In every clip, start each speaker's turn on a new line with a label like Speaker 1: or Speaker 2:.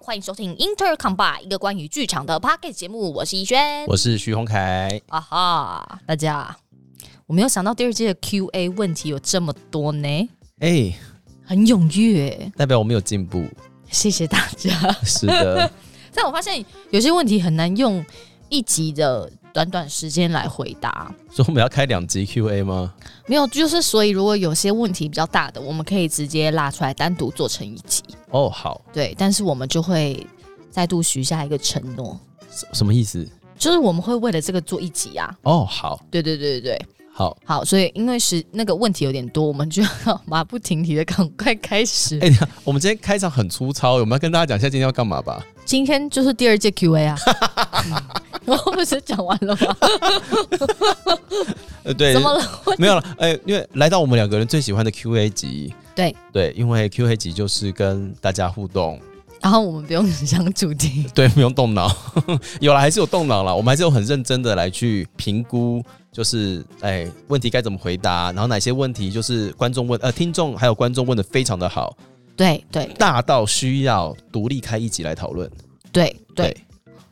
Speaker 1: 欢迎收听 Inter Combine 一个关于剧场的 p o c k e t 节目，我是怡轩。
Speaker 2: 我是徐宏凯。
Speaker 1: 啊哈，大家，我没有想到第二季的 Q&A 问题有这么多呢，
Speaker 2: 哎、
Speaker 1: 很踊跃，
Speaker 2: 代表我们有 进步。
Speaker 1: 谢谢大家。
Speaker 2: 是的，
Speaker 1: 但我发现有些问题很难用一集的短短时间来回答。
Speaker 2: 所以我们要开两集 Q&A 吗？
Speaker 1: 没有，就是所以如果有些问题比较大的，我们可以直接拉出来单独做成一集。
Speaker 2: 哦，好，
Speaker 1: 对，但是我们就会再度许下一个承诺，
Speaker 2: 什什么意思？
Speaker 1: 就是我们会为了这个做一集啊。
Speaker 2: 哦，好，
Speaker 1: 对对对对对，
Speaker 2: 好。
Speaker 1: 好，所以因为是那个问题有点多，我们就要马不停蹄的赶快开始。
Speaker 2: 哎、等一下我们今天开场很粗糙，我们要跟大家讲一下今天要干嘛吧？
Speaker 1: 今天就是第二届 Q&A 啊。 我不是讲完了吗？
Speaker 2: 呃，对
Speaker 1: 怎，么了？
Speaker 2: 没有了。哎、因为来到我们两个人最喜欢的 Q&A 集。
Speaker 1: 对
Speaker 2: 对，因为 Q&A 集就是跟大家互动，
Speaker 1: 然后我们不用想主题，
Speaker 2: 对，不用动脑。有了，还是有动脑了，我们还是有很认真的来去评估，就是哎、问题该怎么回答，然后哪些问题就是观众问，呃，听众还有观众问的非常的好，
Speaker 1: 对对
Speaker 2: 大到需要独立开一集来讨论。
Speaker 1: 对对。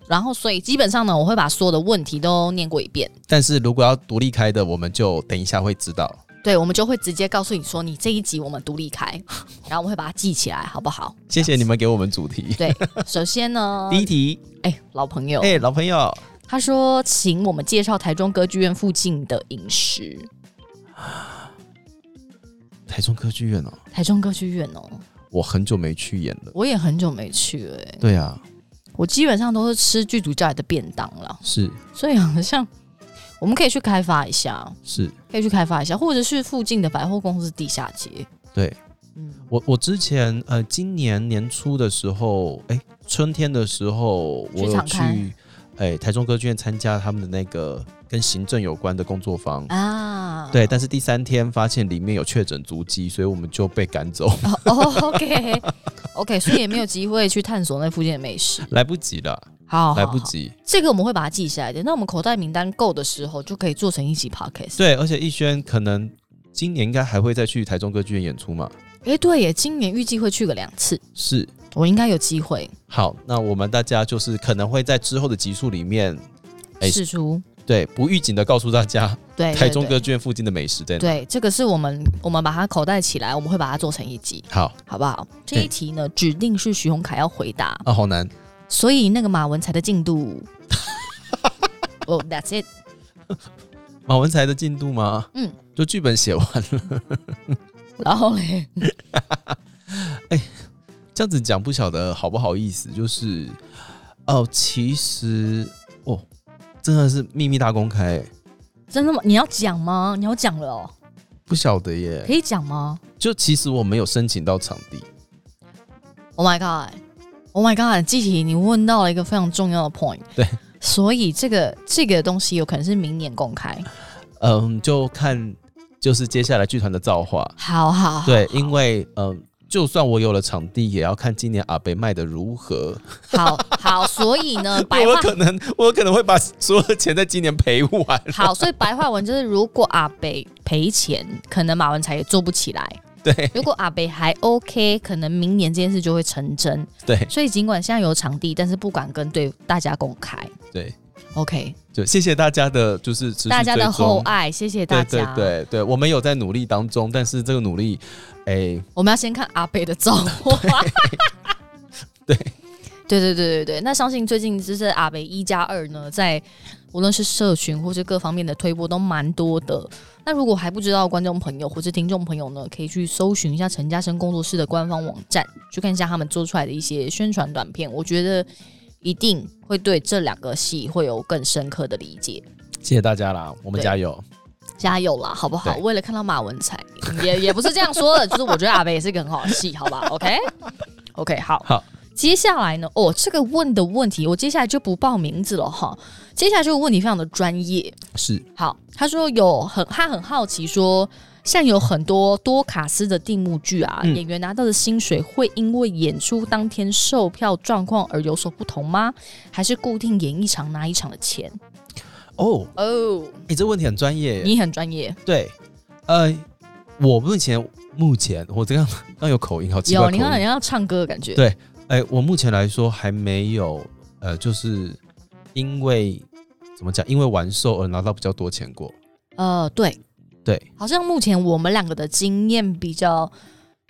Speaker 1: 然后，所以基本上呢，我会把所有的问题都念过一遍。
Speaker 2: 但是如果要独立开的，我们就等一下会知道。
Speaker 1: 对，我们就会直接告诉你说，你这一集我们独立开， 然后我们会把它记起来，好不好？
Speaker 2: 谢谢你们给我们主题。
Speaker 1: 对，首先呢，
Speaker 2: 第一题，
Speaker 1: 哎、老朋友，
Speaker 2: 哎、老朋友，
Speaker 1: 他说请我们介绍台中歌剧院附近的饮食。
Speaker 2: 台中歌剧院哦，
Speaker 1: 台中歌剧院哦，
Speaker 2: 我很久没去演了。
Speaker 1: 我也很久没去了、哎
Speaker 2: 对啊，
Speaker 1: 我基本上都是吃剧组叫来的便当了，
Speaker 2: 是
Speaker 1: 所以好像我们可以去开发一下，
Speaker 2: 是，
Speaker 1: 可以去开发一下，或者是附近的百货公司地下街。
Speaker 2: 对
Speaker 1: 嗯，
Speaker 2: 我我之前呃，今年年初的时候，哎、春天的时候，
Speaker 1: 去
Speaker 2: 我有
Speaker 1: 常
Speaker 2: 去
Speaker 1: 看
Speaker 2: 哎、台中歌剧院参加他们的那个跟行政有关的工作坊。
Speaker 1: 啊，
Speaker 2: 对，但是第三天发现里面有确诊足迹，所以我们就被赶走，
Speaker 1: 哦、o k OK，所以 也没有机会去探索那附近的美食。
Speaker 2: 来不及了，
Speaker 1: 好好
Speaker 2: 来不
Speaker 1: 哦好
Speaker 2: 及。
Speaker 1: 这个我们会把它记下来的。那我们口袋名单够的时候，就可以做成一集 podcast。
Speaker 2: 对，而且逸轩可能今年应该还会再去台中歌剧院演出嘛？
Speaker 1: 诶，对耶，今年预计会去个两次，
Speaker 2: 是。
Speaker 1: 我应该有机会
Speaker 2: 好，那我们大家就是可能会在之后的集数里面，哎
Speaker 1: 试出。
Speaker 2: 对不预警的告诉大家
Speaker 1: 对，对
Speaker 2: 台中歌
Speaker 1: 对
Speaker 2: 剧院附近的美食在哪。
Speaker 1: 对，这个是我们我们把它口袋起来，我们会把它做成一集，
Speaker 2: 好
Speaker 1: 好不好？这一题呢，指定是徐宏凯要回答，
Speaker 2: 啊，好难。
Speaker 1: 所以那个马文才的进度， 哦、oh,，That's it。
Speaker 2: 马文才的进度吗？
Speaker 1: 嗯，
Speaker 2: 就剧本写完了，
Speaker 1: 然后嘞，
Speaker 2: 这样子讲不晓得好不好意思。就是哦，其实哦，真的是秘密大公开，
Speaker 1: 真的吗？你要讲吗？你要讲了哦，
Speaker 2: 不晓得耶
Speaker 1: 可。以讲吗
Speaker 2: 就其实我没有申请到场地，
Speaker 1: Oh my god! Oh my god! 季体，你问到了一个非常重要的 point。
Speaker 2: 对，
Speaker 1: 所以这个这个东西有可能是明年公开。
Speaker 2: 嗯，就看就是接下来剧团的造化。
Speaker 1: 好好好，
Speaker 2: 对，因为嗯、就算我有了场地，也要看今年阿北卖的如何。
Speaker 1: 好好，所以呢，白
Speaker 2: 我
Speaker 1: 话
Speaker 2: 可能，我可能会把所有的钱在今年赔完。
Speaker 1: 好，所以白话文就是，如果阿北赔钱，可能马文才也做不起来；
Speaker 2: 对
Speaker 1: 如果阿北还 OK，可能明年这件事就会成真。
Speaker 2: 对
Speaker 1: 所以尽管现在有场地，但是不敢跟对大家公开。
Speaker 2: 对，
Speaker 1: OK，
Speaker 2: 就谢谢大家的，就是持续
Speaker 1: 大家
Speaker 2: 追
Speaker 1: 的
Speaker 2: 踪
Speaker 1: 厚。爱，谢谢大
Speaker 2: 对
Speaker 1: 家
Speaker 2: 对。对对，我们有在努力当中，但是这个努力，哎、
Speaker 1: 我们要先看阿北的造化。
Speaker 2: 对
Speaker 1: 对对对对对，那相信最近就是阿北一加二呢，在无论是社群或是各方面的推波都蛮多的。那如果还不知道的观众朋友或是听众朋友呢，可以去搜寻一下陈嘉生工作室的官方网站，去看一下他们做出来的一些宣传短片。我觉得一定会对这两个戏会有更深刻的理解。
Speaker 2: 谢谢大家啦，我们
Speaker 1: 对
Speaker 2: 加油。
Speaker 1: 加油啦，好不好？
Speaker 2: 对
Speaker 1: 为了看到马文才， 也也不是这样说的，就是我觉得阿北也是一个很好的戏，好 吧？OK OK，好。
Speaker 2: 好，
Speaker 1: 接下来呢？哦，这个问的问题，我接下来就不报名字了哈。接下来这个问题非常的专业。
Speaker 2: 是
Speaker 1: 好，他说有很他很好奇说，现在有很多多卡斯的定目剧啊，
Speaker 2: 嗯
Speaker 1: 演员拿到的薪水会因为演出当天售票状况而有所不同吗？还是固定演一场拿一场的钱？
Speaker 2: 哦，
Speaker 1: 哦，
Speaker 2: 哎、这问题很专业耶。
Speaker 1: 你很专业，
Speaker 2: 对，呃，我目前目前我这样刚有口音，好奇怪
Speaker 1: 有
Speaker 2: 口
Speaker 1: 你
Speaker 2: 音。
Speaker 1: 看人家唱歌的感觉。
Speaker 2: 对哎、我目前来说还没有，呃，就是因为怎么讲，因为玩售而拿到比较多钱过。
Speaker 1: 呃，对，
Speaker 2: 对，
Speaker 1: 好像目前我们两个的经验比较，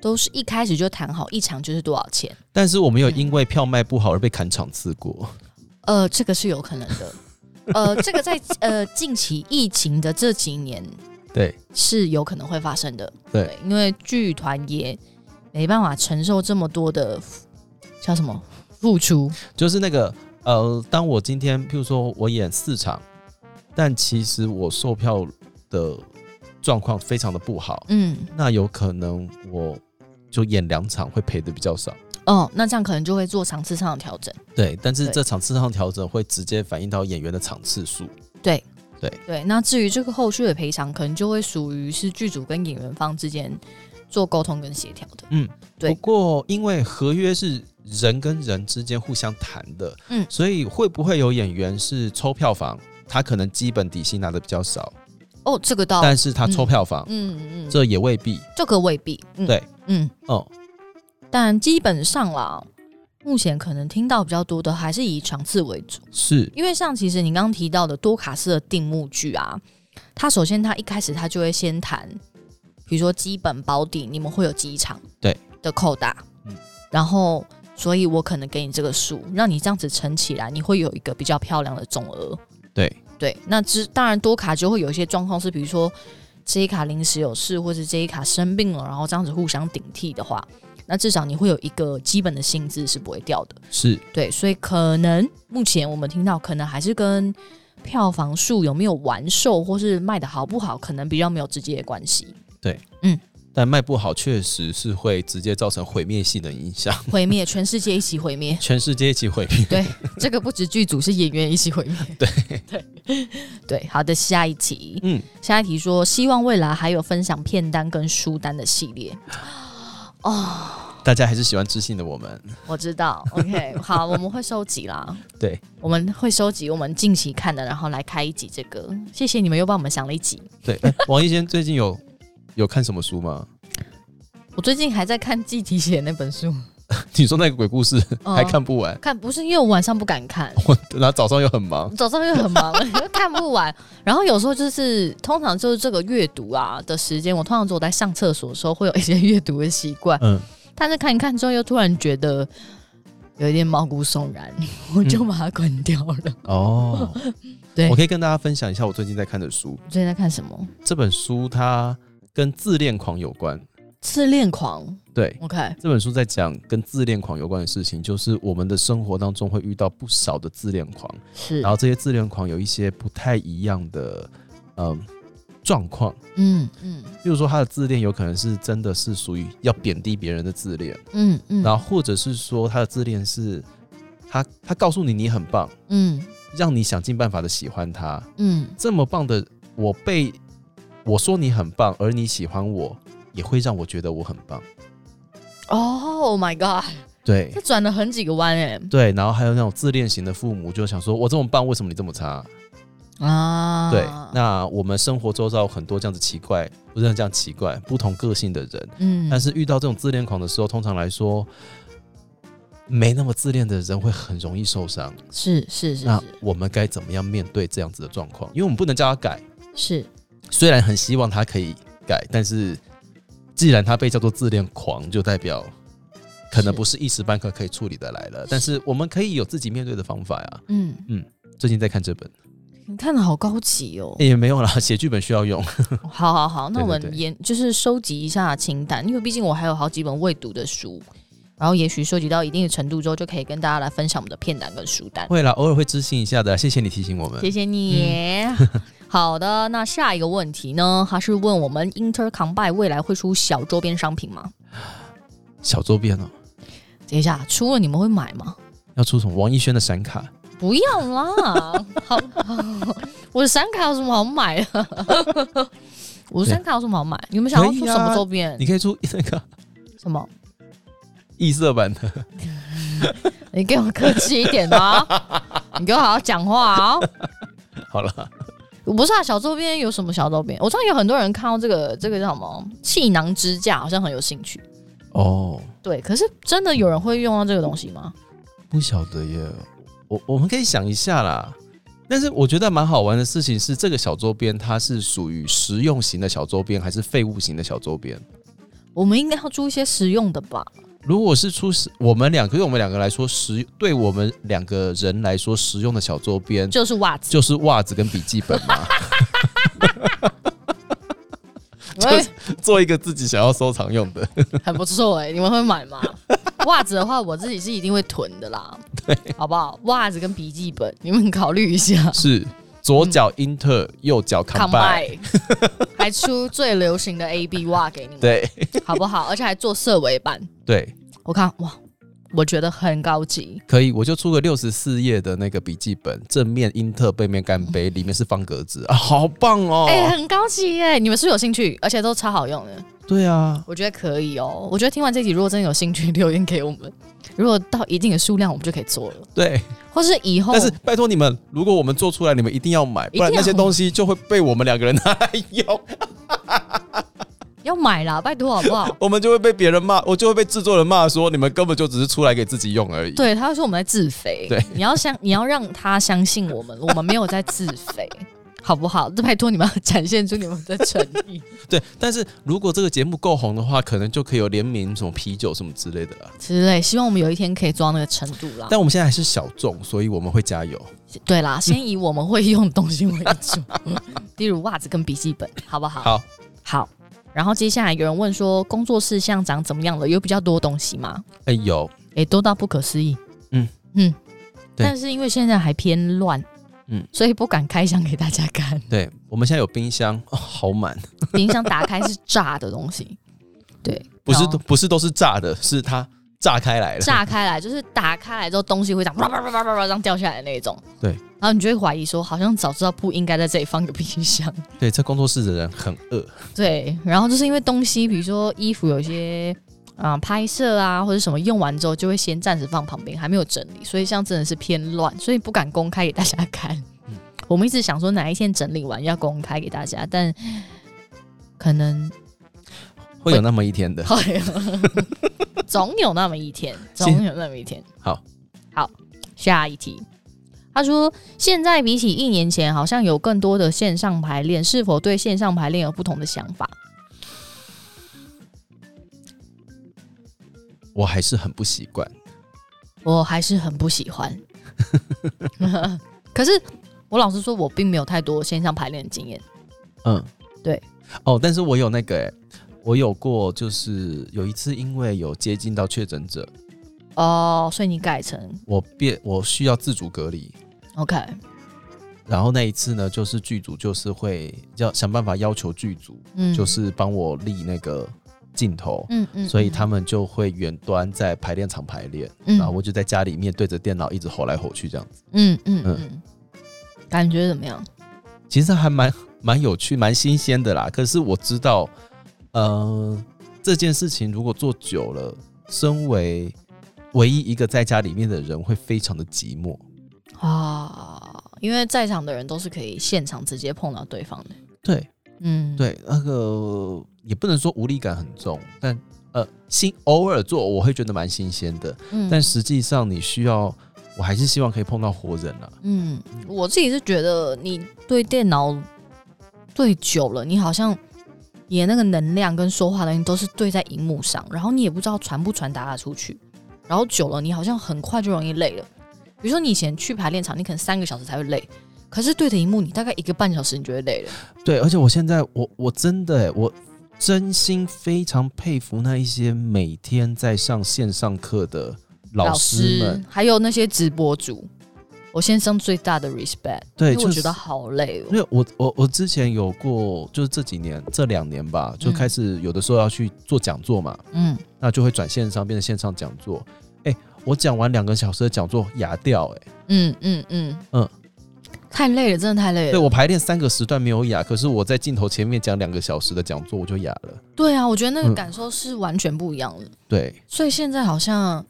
Speaker 1: 都是一开始就谈好一场就是多少钱。
Speaker 2: 但是我没有因为票卖不好而被砍场次过。
Speaker 1: 呃，这个是有可能 的。呃，这个在呃近期疫情的这几年
Speaker 2: 对，
Speaker 1: 是有可能会发生的。
Speaker 2: 对，
Speaker 1: 因为剧团也没办法承受这么多的叫什么付出。
Speaker 2: 就是那个呃，当我今天譬如说我演四场，但其实我售票的状况非常的不好，
Speaker 1: 嗯，
Speaker 2: 那有可能我就演两场会赔的比较少。
Speaker 1: 哦，那这样可能就会做场次上的调整。
Speaker 2: 对，但是
Speaker 1: 对
Speaker 2: 这场次上调整会直接反映到演员的场次数。
Speaker 1: 对，那至于这个后续的赔偿，可能就会属于是剧组跟演员方之间做沟通跟协调的。嗯对
Speaker 2: 嗯不过因为合约是人跟人之间互相谈的，
Speaker 1: 嗯
Speaker 2: 所以会不会有演员是抽票房，他可能基本底薪拿的比较少，
Speaker 1: 哦，这个倒，
Speaker 2: 但是他抽票房，
Speaker 1: 嗯嗯，这
Speaker 2: 这也未必。
Speaker 1: 这个未必。嗯、
Speaker 2: 对，
Speaker 1: 嗯，
Speaker 2: 哦、
Speaker 1: 但基本上啦，目前可能听到比较多的还是以场次为主。
Speaker 2: 是
Speaker 1: 因为像其实你刚刚提到的多卡式的定目剧啊，它首先它一开始它就会先谈，比如说基本保底，你们会有几场
Speaker 2: 对
Speaker 1: 的扣打，
Speaker 2: 嗯
Speaker 1: 然后所以我可能给你这个数，让你这样子乘起来，你会有一个比较漂亮的总额。
Speaker 2: 对
Speaker 1: 对，那之当然多卡就会有一些状况是，比如说这一卡临时有事，或是这一卡生病了，然后这样子互相顶替的话，那至少你会有一个基本的薪资是不会掉的。
Speaker 2: 是，
Speaker 1: 对，所以可能目前我们听到，可能还是跟票房数有没有完售，或是卖的好不好，可能比较没有直接的关系。
Speaker 2: 但卖不好确实是会直接造成毁灭性的影响，。
Speaker 1: 毁灭，全世界一起毁灭
Speaker 2: 全世界一起毁灭。
Speaker 1: 对，这个不止剧组，是演员一起毁灭。对对对，好的，下一题，
Speaker 2: 嗯，
Speaker 1: 下一题说，希望未来还有分享片单跟书单的系列。哦
Speaker 2: 大家还是喜欢知性的我们，
Speaker 1: 我知道，OK，好，我们会收集啦。
Speaker 2: 对，
Speaker 1: 我们会收集我们近期看的，然后来开一集这个。谢谢你们又帮我们想了一集。
Speaker 2: 对。哎王一先最近有有看什么书吗？
Speaker 1: 我最近还在看季体写那本书，
Speaker 2: 你说那个鬼故事
Speaker 1: 嗯
Speaker 2: 还看不完，
Speaker 1: 看不是因为我晚上不敢看，
Speaker 2: 我然后早上又 很忙，
Speaker 1: 早上又很忙，又看不完。然后有时候就是，通常就是这个阅读啊的时间，我通常只有在上厕所的时候会有一些阅读的习惯，
Speaker 2: 嗯，
Speaker 1: 但是看一看之后又突然觉得有一点毛骨悚然，我
Speaker 2: 嗯
Speaker 1: 就把它关掉了。
Speaker 2: 哦，
Speaker 1: 对
Speaker 2: 我可以跟大家分享一下我最近在看的书。
Speaker 1: 你最近在看什么？
Speaker 2: 这本书它跟自恋狂有关，
Speaker 1: 自恋狂
Speaker 2: 对，
Speaker 1: ，OK，
Speaker 2: 这本书在讲跟自恋狂有关的事情，就是我们的生活当中会遇到不少的自恋狂，
Speaker 1: 是
Speaker 2: 然，后这些自恋狂有一些不太一样的，嗯。状况，
Speaker 1: 嗯嗯
Speaker 2: 例如说他的自恋有可能是真的是属于要贬低别人的自恋，
Speaker 1: 嗯嗯，
Speaker 2: 然后或者是说他的自恋是，他他告诉你你很棒，
Speaker 1: 嗯
Speaker 2: 让你想尽办法的喜欢他，
Speaker 1: 嗯
Speaker 2: 这么棒的我被我说你很棒，而你喜欢我，也会让我觉得我很棒。
Speaker 1: ，Oh my God，
Speaker 2: 对
Speaker 1: 这转了很几个弯哎、
Speaker 2: 对，然后还有那种自恋型的父母，就想说我这么棒，为什么你这么差？
Speaker 1: 啊，
Speaker 2: 对，那我们生活周遭有很多这样子奇怪，不是这样奇怪，不同个性的人，
Speaker 1: 嗯
Speaker 2: 但是遇到这种自恋狂的时候，通常来说。没那么自恋的人会很容易受伤。
Speaker 1: 是是是
Speaker 2: 那
Speaker 1: 是
Speaker 2: 我们该怎么样面对这样子的状况？因为我们不能叫他改，
Speaker 1: 是，
Speaker 2: 虽然很希望他可以改，但是既然他被叫做自恋狂，就代表可能不是一时半刻可以处理的来了。但是我们可以有自己面对的方法呀。
Speaker 1: 嗯，
Speaker 2: 最近在看这本，
Speaker 1: 你看的好高级哦。
Speaker 2: 也、没有啦， 写剧本需要用。
Speaker 1: 好好好，那
Speaker 2: 对
Speaker 1: 我
Speaker 2: 对
Speaker 1: 们
Speaker 2: 对
Speaker 1: 研就是收集一下清单，因为毕竟我还有好几本未读的书，然后也许收集到一定的程度之后，就可以跟大家来分享我们的片单跟书单。
Speaker 2: 会啦，偶尔会知性一下的。谢谢你提醒我们。
Speaker 1: 谢谢你。
Speaker 2: 嗯
Speaker 1: 好的，那下一个问题呢？他是问我们 Intercombine 未来会出小周边商品吗？
Speaker 2: 小周边哦，
Speaker 1: 等一下，出了你们会买吗？
Speaker 2: 要出什么？王一轩的闪卡，
Speaker 1: 不要啦，好， 我的闪卡有什么好买的？ 我的闪卡有什么好买？你们想要出什么周边？
Speaker 2: 你可以啊出那个
Speaker 1: 什么？
Speaker 2: 异色版的。
Speaker 1: 你给我客气一点 啊！你给我好好讲话啊！
Speaker 2: 好了，
Speaker 1: 我不是啊，小周边有什么小周边？我知道有很多人看到这个这个叫什么气囊支架，好像很有兴趣。
Speaker 2: 哦，
Speaker 1: 对，可是真的有人会用到这个东西吗？
Speaker 2: 不晓得耶，我我们可以想一下啦。但是我觉得蛮好玩的事情是，这个小周边它是属于实用型的小周边，还是废物型的小周边？
Speaker 1: 我们应该要出一些实用的吧？
Speaker 2: 如果是出实我们两个，对我们两个来说实，对我们两个人来说实用的小周边，
Speaker 1: 就是袜子，
Speaker 2: 就是袜子跟笔记本 嘛，
Speaker 1: 喂
Speaker 2: 做一个自己想要收藏用的。
Speaker 1: 很不错哎、你们会买吗？袜子的话，我自己是一定会囤的 啦，对，好不好？袜子跟笔记本，你们考虑一下。
Speaker 2: 是左脚英特，右
Speaker 1: 嗯
Speaker 2: 脚
Speaker 1: by，
Speaker 2: combine。
Speaker 1: 还出最流行的 A B 袜给你们，
Speaker 2: 对
Speaker 1: 好不好？而且还做色尾版，
Speaker 2: 对，
Speaker 1: 我看哇，我觉得很高级。
Speaker 2: 可以，我就出个六十四页的那个笔记本，正面英特，背面干杯，里面是方格子啊，好棒哦！
Speaker 1: 哎、很高级耶！你们是不是有兴趣，而且都超好用的，
Speaker 2: 对啊，
Speaker 1: 我觉得可以哦。我觉得听完这集，如果真的有兴趣， 留言给我们。如果到一定的数量，我们就可以做了，
Speaker 2: 对，
Speaker 1: 或是以后
Speaker 2: 但是拜托你们，如果我们做出来，你们一定要买，不然
Speaker 1: 哦一定要
Speaker 2: 那些东西就会被我们两个人拿来用， ？
Speaker 1: 要买啦，拜托好不好
Speaker 2: 我们就会被别人骂，我就会被制作人骂说你们根本就只是出来给自己用而已。
Speaker 1: 对，他会说我们在自肥。
Speaker 2: 对，
Speaker 1: 你要相，你要让他相信我们，我们没有在自肥，好不好？这拜托你们要展现出你们的诚意。
Speaker 2: 对，但是如果这个节目够红的话，可能就可以有联名什么啤酒什么之类的啦。
Speaker 1: 之类，希望我们有一天可以做到那个程度啦。
Speaker 2: 但我们现在还是小众，所以我们会加油。
Speaker 1: 对啦，先以我们会用的东西为主， 例如袜子跟笔记本，好不好？
Speaker 2: 好，
Speaker 1: 好。然后接下来有人问说，工作室像长怎么样了？有比较多东西吗？
Speaker 2: 哎、有，
Speaker 1: 诶，多到不可思议。
Speaker 2: 嗯
Speaker 1: 嗯，
Speaker 2: 对
Speaker 1: 但是因为现在还偏乱，
Speaker 2: 嗯
Speaker 1: 嗯，所以不敢开箱给大家 看。
Speaker 2: 对我们现在有冰箱，哦、好满，
Speaker 1: 冰箱打开是炸的东西，对，
Speaker 2: 不是
Speaker 1: 然后
Speaker 2: 都不是都是炸的，是它炸开来 了。
Speaker 1: 炸开来，就是打开来之后东西会这样啪啪啪啪啪啪这样掉下来的那种。
Speaker 2: 对
Speaker 1: 然后你就会怀疑说，好像早知道不应该在这里放个冰箱。
Speaker 2: 对，这工作室的人很饿。
Speaker 1: 对，然后就是因为东西，比如说衣服有一些啊、拍摄啊或者什么，用完之后就会先暂时放旁边，还没有整理，所以像真的是偏乱，所以不敢公开给大家看。
Speaker 2: 嗯
Speaker 1: 我们一直想说哪一天整理完要公开给大家，但可能
Speaker 2: 会有那么一天的。
Speaker 1: 会 总有那么一天，总有那么一天。
Speaker 2: 好，
Speaker 1: 好，下一题。他说：“现在比起一年前，好像有更多的线上排练，是否对线上排练有不同的想法？
Speaker 2: 我还是很不习惯。
Speaker 1: 我还是很不喜欢。 可是我老实说，我并没有太多线上排练的经验。
Speaker 2: 嗯，
Speaker 1: 对。
Speaker 2: 哦，但是我有那个、欸，我有过，就是有一次因为有接近到确诊者，
Speaker 1: 哦，所以你改成
Speaker 2: 我变我需要自主隔离。
Speaker 1: OK，
Speaker 2: 然后那一次呢，就是剧组就是会要想办法要求剧组，
Speaker 1: 嗯
Speaker 2: 就是帮我立那个镜头，
Speaker 1: 嗯嗯
Speaker 2: 所以他们就会远端在排练场排练，
Speaker 1: 嗯
Speaker 2: 啊然后我就在家里面对着电脑一直吼来吼去这样子，
Speaker 1: 嗯嗯嗯嗯，感觉怎么样？
Speaker 2: 其实还蛮蛮有趣、蛮新鲜的啦。可是我知道，呃，这件事情如果做久了，身为唯一一个在家里面的人，会非常的寂寞。
Speaker 1: 啊，因为在场的人都是可以现场直接碰到对方的。
Speaker 2: 对
Speaker 1: 嗯，，
Speaker 2: 对，那个也不能说无力感很重，但呃，新偶尔做我会觉得蛮新鲜的，
Speaker 1: 嗯
Speaker 2: 但实际上你需要，我还是希望可以碰到活人啊啦。
Speaker 1: 嗯，我自己是觉得你对电脑对久了，你好像你的那个能量跟说话的东西都是对在荧幕上，然后你也不知道传不传达得出去，然后久了你好像很快就容易累了。比如说你以前去排练场，你可能三个小时才会累，可是对着荧幕你大概一个半小时你就会累了。
Speaker 2: 对，而且我现在我我真的欸我真心非常佩服那一些每天在上线上课的老师们，
Speaker 1: 还有那些直播主，我先生最大的 respect，
Speaker 2: 对，
Speaker 1: 因为我
Speaker 2: 就
Speaker 1: 觉
Speaker 2: 是
Speaker 1: 得好累哦。
Speaker 2: 因为我我我之前有过，就是这几年这两年吧，
Speaker 1: 嗯
Speaker 2: 就开始有的时候要去做讲座嘛，
Speaker 1: 嗯，
Speaker 2: 那就会转线上变成线上讲座。哎、我讲完两个小时的讲座哑掉、欸，哎，
Speaker 1: 嗯嗯嗯
Speaker 2: 嗯
Speaker 1: 嗯，太累了，真的太累了。
Speaker 2: 对我排练三个时段没有哑，可是我在镜头前面讲两个小时的讲座我就哑了。
Speaker 1: 对啊，我觉得那
Speaker 2: 嗯
Speaker 1: 个感受是完全不一样的。
Speaker 2: 对，
Speaker 1: 所以现在好像，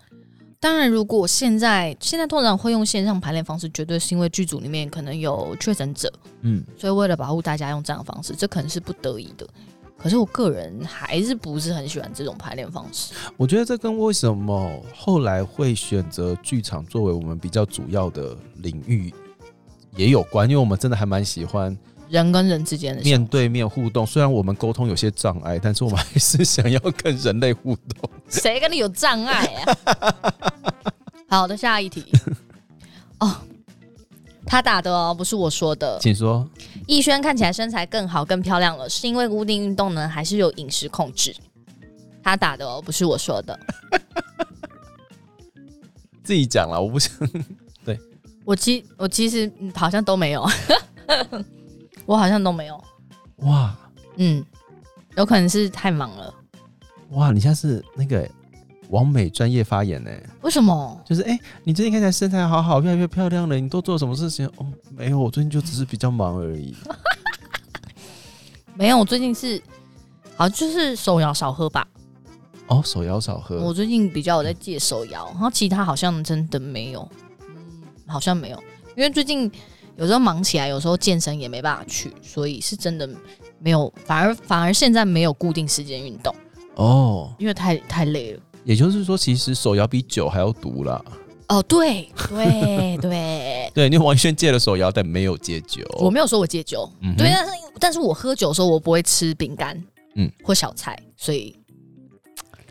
Speaker 1: 当然，如果现在现在通常会用线上排练方式，绝对是因为剧组里面可能有确诊者，
Speaker 2: 嗯，
Speaker 1: 所以为了保护大家用这样的方式，这可能是不得已的。可是我个人还是不是很喜欢这种排练方式。
Speaker 2: 我觉得这跟为什么后来会选择剧场作为我们比较主要的领域也有关，因为我们真的还蛮喜欢
Speaker 1: 人跟人之间的
Speaker 2: 面对面互动。虽然我们沟通有些障碍，但是我们还是想要跟人类互动。
Speaker 1: 谁跟你有障碍啊？ 好的，下一题。哦，他打的哦，不是我说的。
Speaker 2: 请说，
Speaker 1: 逸轩看起来身材更好、更漂亮了，是因为固定运动呢，还是有饮食控制？他打的哦，不是我说的。
Speaker 2: 自己讲了，我不想。
Speaker 1: 我其我其实嗯好像都没有， 我好像都没有。
Speaker 2: 哇
Speaker 1: 嗯，有可能是太忙了。
Speaker 2: 哇，你像是那个王美专业发言呢、
Speaker 1: 为什么？
Speaker 2: 就是哎、欸你最近看起来身材好好，越来越漂亮了，你都做了什么事情？哦，没有，我最近就只是比较忙而已。
Speaker 1: 没有，我最近是好像就是手摇少喝吧。
Speaker 2: 哦，手摇少喝，
Speaker 1: 我最近比较有在戒手摇，然后其他好像真的没有，嗯，好像没有，因为最近有时候忙起来，有时候健身也没办法去，所以是真的没有，反而反而现在没有固定时间运动，
Speaker 2: 哦，
Speaker 1: 因为太太累了。
Speaker 2: 也就是说，其实手摇比酒还要毒啦。
Speaker 1: 哦，对对 对，
Speaker 2: 对，你完全戒了手摇，但没有戒酒。
Speaker 1: 我没有说我戒酒，
Speaker 2: 嗯哼
Speaker 1: 对，啊但是但是我喝酒的时候我不会吃饼干，嗯
Speaker 2: 嗯，
Speaker 1: 或小菜，所以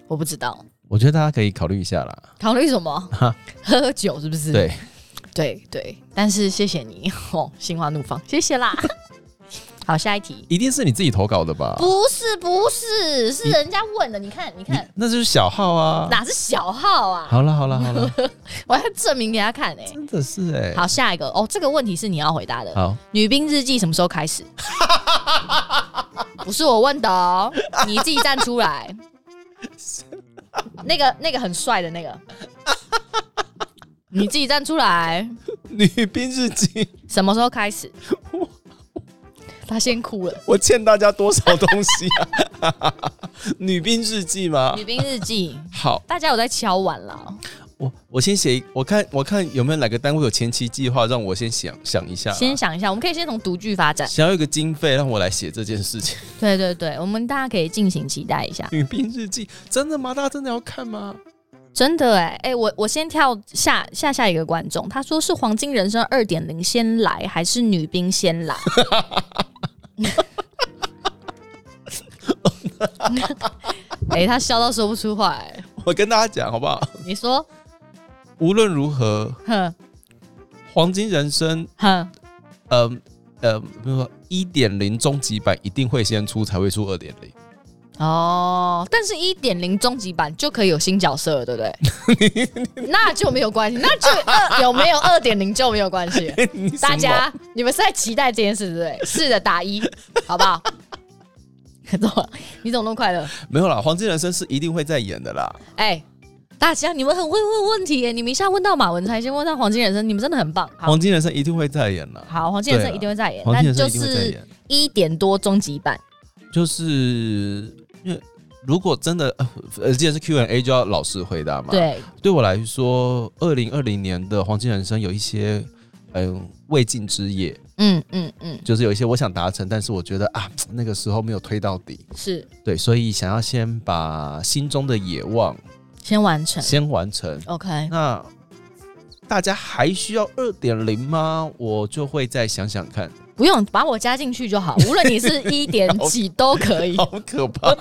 Speaker 1: 我不知道
Speaker 2: 我觉得大家可以考虑一下啦。
Speaker 1: 考虑什么
Speaker 2: 哈，
Speaker 1: 喝酒是不是？
Speaker 2: 对，
Speaker 1: 对对，但是谢谢你 哦，心花怒放，谢谢 啦。好，下一题，
Speaker 2: 一定是你自己投稿的吧？
Speaker 1: 不是不是，是
Speaker 2: 你
Speaker 1: 人家问的，你看你
Speaker 2: 你
Speaker 1: 看，
Speaker 2: 那就是小号啊。
Speaker 1: 哪是小号啊？
Speaker 2: 好了好了 好了，
Speaker 1: 我要证明给他看哎、
Speaker 2: 真的是哎、
Speaker 1: 好，下一个哦，这个问题是你要回答的。
Speaker 2: 好，
Speaker 1: 女兵日记什么时候开 始？不是我问的哦，你自己站出 来。那个那个很帅的那个，你自己站出来。
Speaker 2: 女兵日记，
Speaker 1: 什么时候开 始？他先哭了。
Speaker 2: 我欠大家多少东西啊？ 女兵日 记吗
Speaker 1: 女？兵日记，
Speaker 2: 好，
Speaker 1: 大家有在敲碗了，
Speaker 2: 我我先写一，我看我看有没有哪个单位有前期计划，让我先想想一下啊，
Speaker 1: 先想一下，我们可以先从独剧发展。
Speaker 2: 想要一个经费让我来写这件事情。
Speaker 1: 对对对，我们大家可以尽情期待一下。
Speaker 2: 女兵日记 真的吗？大家真的要看吗？
Speaker 1: 真的哎、哎、我我先跳下下下一个观众，他说是《黄金人生二点零》先来，还是女兵先来？ 哎、他笑到说不出话、哎，
Speaker 2: 我跟大家讲好不好？
Speaker 1: 你说，
Speaker 2: 无论如何，
Speaker 1: 哼
Speaker 2: 黄金人生，
Speaker 1: 哼，
Speaker 2: 嗯呃，比如说一点零终极版一定会先出，才会出二点零。
Speaker 1: 哦，但是一点零终极版就可以有新角色了，对不对？ 那就没有关系，那就二有没有二点零就没有关系了。
Speaker 2: 你 什么
Speaker 1: 大家，你们是在期待这件事，对不对？是的，打一，好不好？ 怎么了？你怎么那么快乐？
Speaker 2: 没有啦，黄金人生是一定会再演的啦。
Speaker 1: 哎、大家，你们很会问问题耶！你们一下问到马文才，先问到黄金人生，你们真的很棒。好，
Speaker 2: 黄金人生一定会再演啦。
Speaker 1: 好，黄金人
Speaker 2: 对
Speaker 1: 生
Speaker 2: 啊
Speaker 1: 一定会再演，
Speaker 2: 黄金
Speaker 1: 但
Speaker 2: 人生
Speaker 1: 就
Speaker 2: 一定会再
Speaker 1: 是
Speaker 2: 演，
Speaker 1: 一点多终极版。
Speaker 2: 就是因为如果真的呃呃，既然是 Q&A，就要老实回答嘛。，
Speaker 1: 对，
Speaker 2: 对我来说，二零二零年的黄金人生有一些嗯、未尽之业，
Speaker 1: 嗯嗯嗯，
Speaker 2: 就是有一些我想达成，但是我觉得啊，那个时候没有推到底，
Speaker 1: 是
Speaker 2: 对，所以想要先把心中的野望
Speaker 1: 先完成。
Speaker 2: 先完成。
Speaker 1: OK，
Speaker 2: 那大家还需要二点零吗？我就会再想想看。
Speaker 1: 不用把我加进去就 好，无论你是一点几都可以，
Speaker 2: 好 可怕。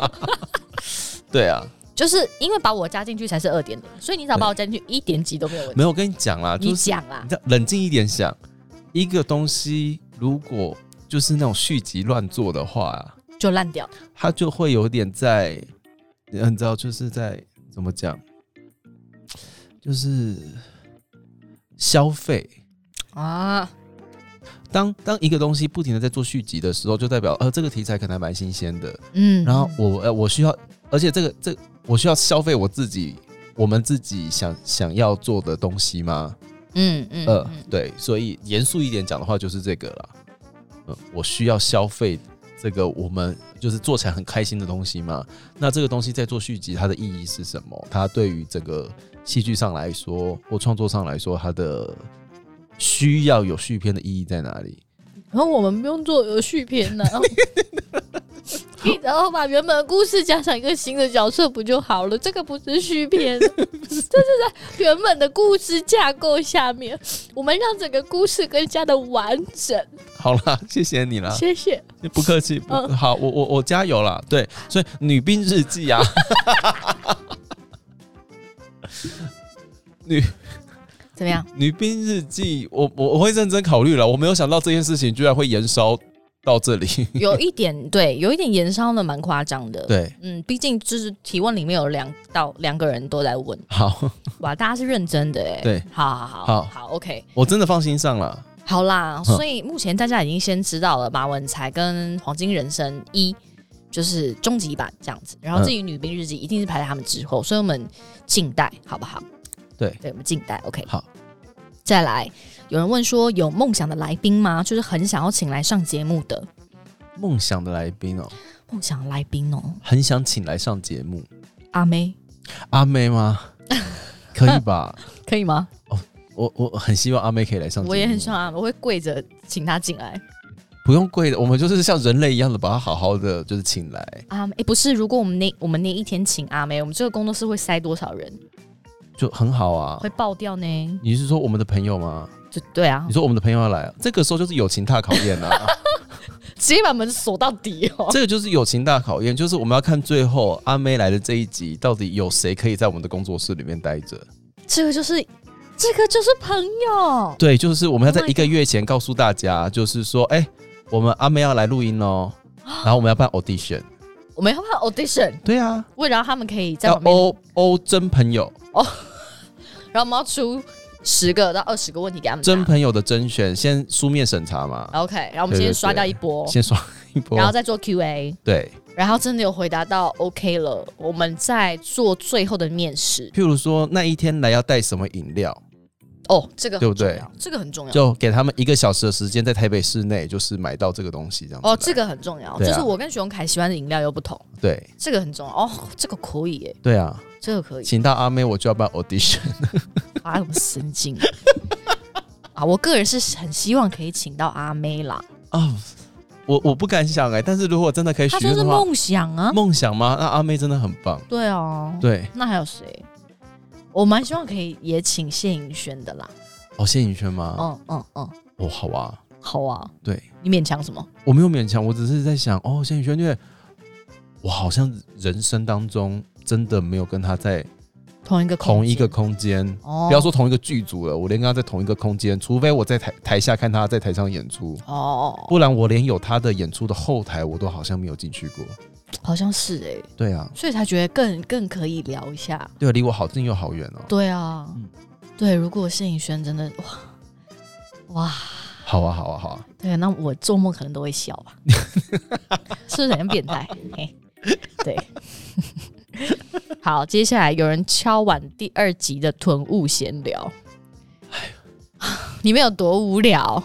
Speaker 2: 对啊，
Speaker 1: 就是因为把我加进去才是二点零，所以你只要把我加进去一点几都没有问题。
Speaker 2: 没有我跟你讲啦，
Speaker 1: 你
Speaker 2: 就是
Speaker 1: 讲啊啦
Speaker 2: 你，知道冷静一点想，一个东西如果就是那种续集乱做的话、啊
Speaker 1: 就烂掉。
Speaker 2: 它就会有点在，呃你知道，就是在怎么讲，就是消费。
Speaker 1: 啊，
Speaker 2: 当当一个东西不停的在做续集的时候，就代表呃这个题材可能还蛮新鲜的，
Speaker 1: 嗯
Speaker 2: 然后我呃我需要，而且这个这我需要消费我自己，我们自己想想要做的东西吗？
Speaker 1: 嗯嗯
Speaker 2: 呃
Speaker 1: 嗯，
Speaker 2: 对，所以严肃一点讲的话就是这个啦。嗯，我需要消费这个我们就是做起来很开心的东西嘛。那这个东西在做续集，它的意义是什么？它对于整个戏剧上来说或创作上来说，它的需要有续篇的意义在哪里？
Speaker 1: 然后我们不用做呃续篇呢、啊。然后把原本的故事加上一个新的角色不就好了？这个不是续篇， 这是在原本的故事架构下面，我们让整个故事更加的完整。
Speaker 2: 好啦，谢谢你啦，
Speaker 1: 谢谢。
Speaker 2: 不客气。不
Speaker 1: 嗯
Speaker 2: 好，我我我加油啦。对，所以《女兵日记》 啊，女
Speaker 1: 怎么样？
Speaker 2: 女兵日记，我我我会认真考虑了。我没有想到这件事情居然会延烧到 这里。
Speaker 1: 有一点对，有一点延烧的蛮夸张的。，
Speaker 2: 对，
Speaker 1: 嗯，毕竟就是提问里面有两到两个人都在问，
Speaker 2: 好，
Speaker 1: 哇，大家是认真的哎、
Speaker 2: 对，
Speaker 1: 好好好
Speaker 2: 好
Speaker 1: 好，OK，
Speaker 2: 我真的放心上了。
Speaker 1: 好啦，
Speaker 2: 哼
Speaker 1: 所以目前大家已经先知道了马文才跟黄金人生一就是终极版这样子，然后
Speaker 2: 嗯
Speaker 1: 至于女兵日记一定是排在他们之后，所以我们静待好不好？
Speaker 2: 对
Speaker 1: 对，我们静待，OK。
Speaker 2: 好，
Speaker 1: 再来，有人问说有梦想的来宾吗？就是很想要请来上节目的
Speaker 2: 梦想的来宾哦、
Speaker 1: 梦想来宾哦，
Speaker 2: 很想请来上节目。
Speaker 1: 阿妹
Speaker 2: 阿 妹吗？可以吧？
Speaker 1: 可以吗？
Speaker 2: 我我很希望阿妹可以来上节目，
Speaker 1: 我也很想啊，我会跪着请她进来。
Speaker 2: 不用跪的，我们就是像人类一样的把她好好的就是请来，
Speaker 1: 阿妹、诶不是，如果我们那我们那一天请阿妹，我们这个工作室会塞多少人？
Speaker 2: 就很好啊
Speaker 1: 会。爆掉呢？
Speaker 2: 你是说我们的朋友吗？
Speaker 1: 就对啊
Speaker 2: 你，说我们的朋友要来啊，这个时候就是友情大考验 啊，
Speaker 1: 直接把门锁到底哦。
Speaker 2: 这个就是友情大考验，就是我们要看最后阿妹来的这一集到底有谁可以在我们的工作室里面待着。
Speaker 1: 这个就是，这个就是朋友。
Speaker 2: 对，就是我们要在
Speaker 1: Oh my
Speaker 2: 一个月前告诉大家，就是说，哎、我们阿妹要来录音哦，
Speaker 1: 啊
Speaker 2: 然后我们要办 audition。
Speaker 1: 我们要办 audition，
Speaker 2: 对啊，
Speaker 1: 为了让他们可以在
Speaker 2: 要
Speaker 1: 旁边，
Speaker 2: 欧欧真朋友，
Speaker 1: 然后我们要出十个到二十个问题给他们答
Speaker 2: 真朋友的甄选，先书面审查嘛，
Speaker 1: OK，然后我们
Speaker 2: 对对
Speaker 1: 先
Speaker 2: 对
Speaker 1: 刷掉一波，
Speaker 2: 先刷一波
Speaker 1: 哦然，后再做 QA，
Speaker 2: 对。
Speaker 1: 然后真的有回答到 OK 了，我们再做最后的面试。
Speaker 2: 譬如说那一天来要带什么饮料，
Speaker 1: 哦，这个很
Speaker 2: 对不对
Speaker 1: 重要？这个很重要。
Speaker 2: 就给他们一个小时的时间在台北市内，就是买到这个东西这样子来。
Speaker 1: 哦，这个很重要，
Speaker 2: 对啊
Speaker 1: 就是我跟熊凯喜欢的饮料又不同，
Speaker 2: 对
Speaker 1: 这个很重要。哦，这个可以耶，
Speaker 2: 对啊，
Speaker 1: 这个可以。
Speaker 2: 请到阿妹我就要办 audition，
Speaker 1: 啊，我神经啊！我个人是很希望可以请到阿妹啦，
Speaker 2: 啊，我我不敢想哎、但是如果真的可以许
Speaker 1: 她就
Speaker 2: 愿
Speaker 1: 是
Speaker 2: 的话，
Speaker 1: 梦想啊。
Speaker 2: 梦想吗？那阿妹真的很棒，
Speaker 1: 对啊，
Speaker 2: 对
Speaker 1: 那还有谁？我蛮希望可以也请谢颖轩的啦。
Speaker 2: 哦，谢颖轩吗？
Speaker 1: 嗯嗯嗯，
Speaker 2: 哦，好啊，
Speaker 1: 好啊，
Speaker 2: 对
Speaker 1: 你勉强什么？
Speaker 2: 我没有勉强，我只是在想哦，谢颖轩，因为我好像人生当中真的没有跟他在
Speaker 1: 同一个空
Speaker 2: 同一个
Speaker 1: 间
Speaker 2: 空间。
Speaker 1: 哦，
Speaker 2: 不要说同一个剧组了，我连跟他在同一个空间，除非我在台台下看他在台上演出，
Speaker 1: 哦，
Speaker 2: 不然我连有他的演出的后台我都好像没有进去过。
Speaker 1: 好像是哎、
Speaker 2: 对啊，
Speaker 1: 所以才觉得更更可以聊一下。
Speaker 2: 对啊，离我好近又好远哦。
Speaker 1: 对啊，
Speaker 2: 嗯
Speaker 1: 对，如果谢颖轩真的哇哇，
Speaker 2: 好啊，好啊，好啊，
Speaker 1: 对，那我做梦可能都会笑吧，是不是很像变态？嘿对。 好，接下来有人敲完第二集的囤物闲聊，你们有多无聊？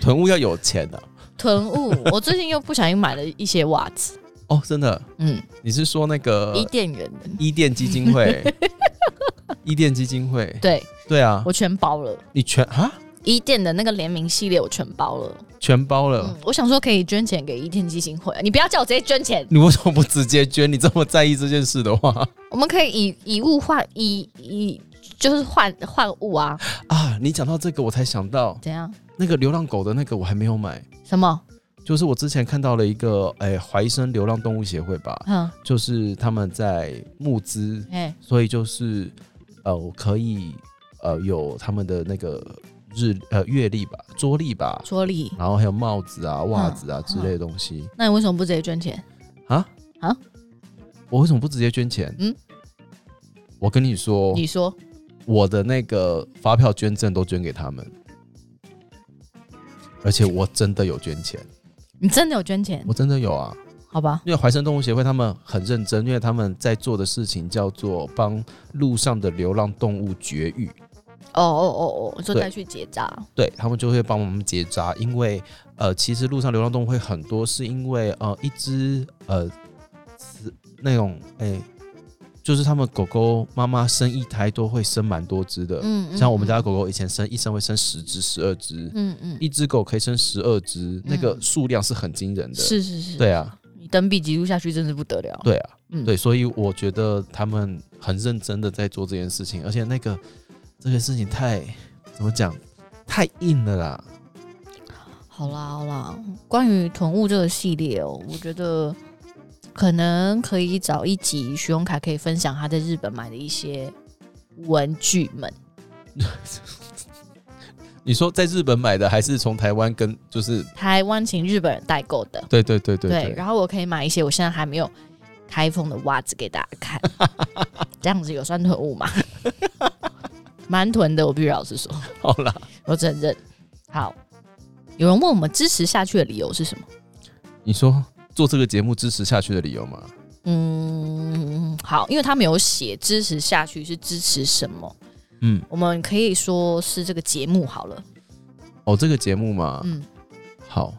Speaker 2: 囤物要有钱啊的、
Speaker 1: 囤物，我最近又不小心买了一些袜子，
Speaker 2: 哦，真的，
Speaker 1: 嗯，
Speaker 2: 你是说那个
Speaker 1: 伊甸园的，
Speaker 2: 伊甸基金 会？伊甸基金会，
Speaker 1: 对
Speaker 2: 对啊，
Speaker 1: 我全包了，
Speaker 2: 你全啊
Speaker 1: 伊甸的那个联名系列我全包了。
Speaker 2: 全包了
Speaker 1: 嗯，，我想说可以捐钱给伊甸基金会，啊你不要叫我直接捐钱，
Speaker 2: 你为什么不直接捐？你这么在意这件事的话
Speaker 1: 我们可以以以物换以以就是换换物啊，
Speaker 2: 啊，你讲到这个我才想到
Speaker 1: 怎样？
Speaker 2: 那个流浪狗的那个我还没有买，
Speaker 1: 什么？
Speaker 2: 就是我之前看到了一个哎怀生流浪动物协会吧，
Speaker 1: 嗯，
Speaker 2: 就是他们在募资，
Speaker 1: 哎、
Speaker 2: 所以就是呃，我可以呃有他们的那个日呃月历吧、桌历吧，
Speaker 1: 说理，
Speaker 2: 然后还有帽子啊、袜子
Speaker 1: 嗯
Speaker 2: 啊之类的东西
Speaker 1: 那你为什么不直接捐钱？
Speaker 2: 啊
Speaker 1: 啊！
Speaker 2: 我为什么不直接捐钱？
Speaker 1: 嗯
Speaker 2: 嗯，我跟你说，
Speaker 1: 你说
Speaker 2: 我的那个发票捐赠都捐给他们，而且我真的有捐钱，
Speaker 1: 你真的有捐钱
Speaker 2: 我？真的有啊。
Speaker 1: 好吧，
Speaker 2: 因为怀生动物协会他们很认真，因为他们在做的事情叫做帮路上的流浪动物绝育，
Speaker 1: 哦哦哦哦，就
Speaker 2: 对
Speaker 1: 带去结扎。
Speaker 2: 对他们就会帮我们结扎，因为呃，其实路上流浪动物会很多，是因为呃，一只呃，雌那种哎、就是他们狗狗妈妈生一胎都会生蛮多只的，
Speaker 1: 嗯
Speaker 2: 像我们家的狗狗以前生一生会生十只、十二只，
Speaker 1: 嗯嗯，
Speaker 2: 一只狗可以生十二只，那个数量是很惊人的，
Speaker 1: 嗯是是是，
Speaker 2: 对啊，
Speaker 1: 一等比级数下去真是不得了。
Speaker 2: 对啊，
Speaker 1: 嗯
Speaker 2: 对，所以我觉得他们很认真的在做这件事情，而且那个这件事情太怎么讲，太硬了啦。
Speaker 1: 好啦好啦，关于囤物这个系列哦，我觉得可能可以找一集徐永凯可以分享他在日本买的一些文具们。
Speaker 2: 你说在日本买的，还是从台湾跟就是
Speaker 1: 台湾请日本人代购的，
Speaker 2: 对对对对对，
Speaker 1: 然后我可以买一些我现在还没有开封的袜子给大家 看，这样子有算囤物吗？ 蛮囤的，我必须老实说，
Speaker 2: 好啦，
Speaker 1: 我承认。好，有人问我们支持下去的理由是什么？
Speaker 2: 你说做这个节目支持下去的理由吗？
Speaker 1: 嗯，好，因为他没有写支持下去是支持什么，
Speaker 2: 嗯，
Speaker 1: 我们可以说是这个节目好了。
Speaker 2: 哦，这个节目嘛，
Speaker 1: 嗯，
Speaker 2: 好，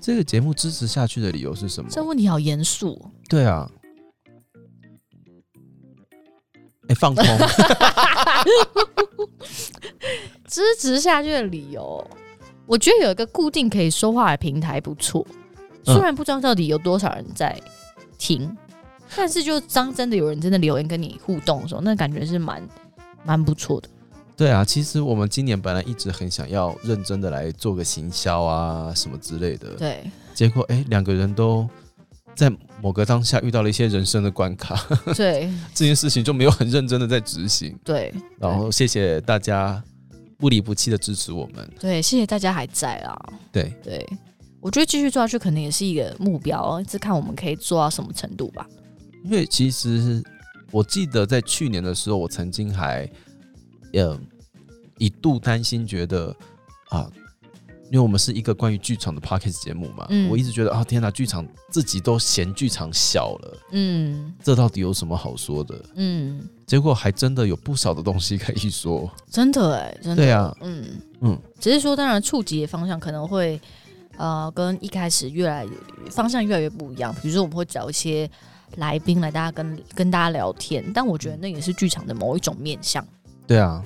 Speaker 2: 这个节目支持下去的理由是什么？
Speaker 1: 这问题好严肃哦、
Speaker 2: 对啊，哎、放空，
Speaker 1: 支持下去的理由，我觉得有一个固定可以说话的平台不错，
Speaker 2: 嗯
Speaker 1: 虽然不知道到底有多少人在听，但是就当真的有人真的留言跟你互动的时候，那感觉是蛮蛮不错的。
Speaker 2: 对啊，其实我们今年本来一直很想要认真的来做个行销啊什么之类的，
Speaker 1: 对，
Speaker 2: 结果哎，两、个人都在某个当下遇到了一些人生的关卡，
Speaker 1: 对，
Speaker 2: 这件事情就没有很认真的在执行。
Speaker 1: 对，
Speaker 2: 然后谢谢大家不离不弃的支持我们，
Speaker 1: 对，谢谢大家还在啊啦。
Speaker 2: 对，
Speaker 1: 对，我觉得继续做下去可能也是一个目标，只看我们可以做到什么程度吧。
Speaker 2: 因为其实我记得在去年的时候，我曾经还呃一度担心，觉得啊，因为我们是一个关于剧场的 p o d c a s t 节目嘛，
Speaker 1: 嗯
Speaker 2: 我一直觉得啊，天哪，剧场自己都嫌剧场小了，
Speaker 1: 嗯
Speaker 2: 这到底有什么好说的？
Speaker 1: 嗯，
Speaker 2: 结果还真的有不少的东西可以说，
Speaker 1: 真的哎、真的，
Speaker 2: 对啊，
Speaker 1: 嗯
Speaker 2: 嗯，
Speaker 1: 只是说当然触及的方向可能会呃跟一开始越来方向越来越不一样。比如说我们会找一些来宾来大家跟跟大家聊天，但我觉得那也是剧场的某一种面向。
Speaker 2: 对啊，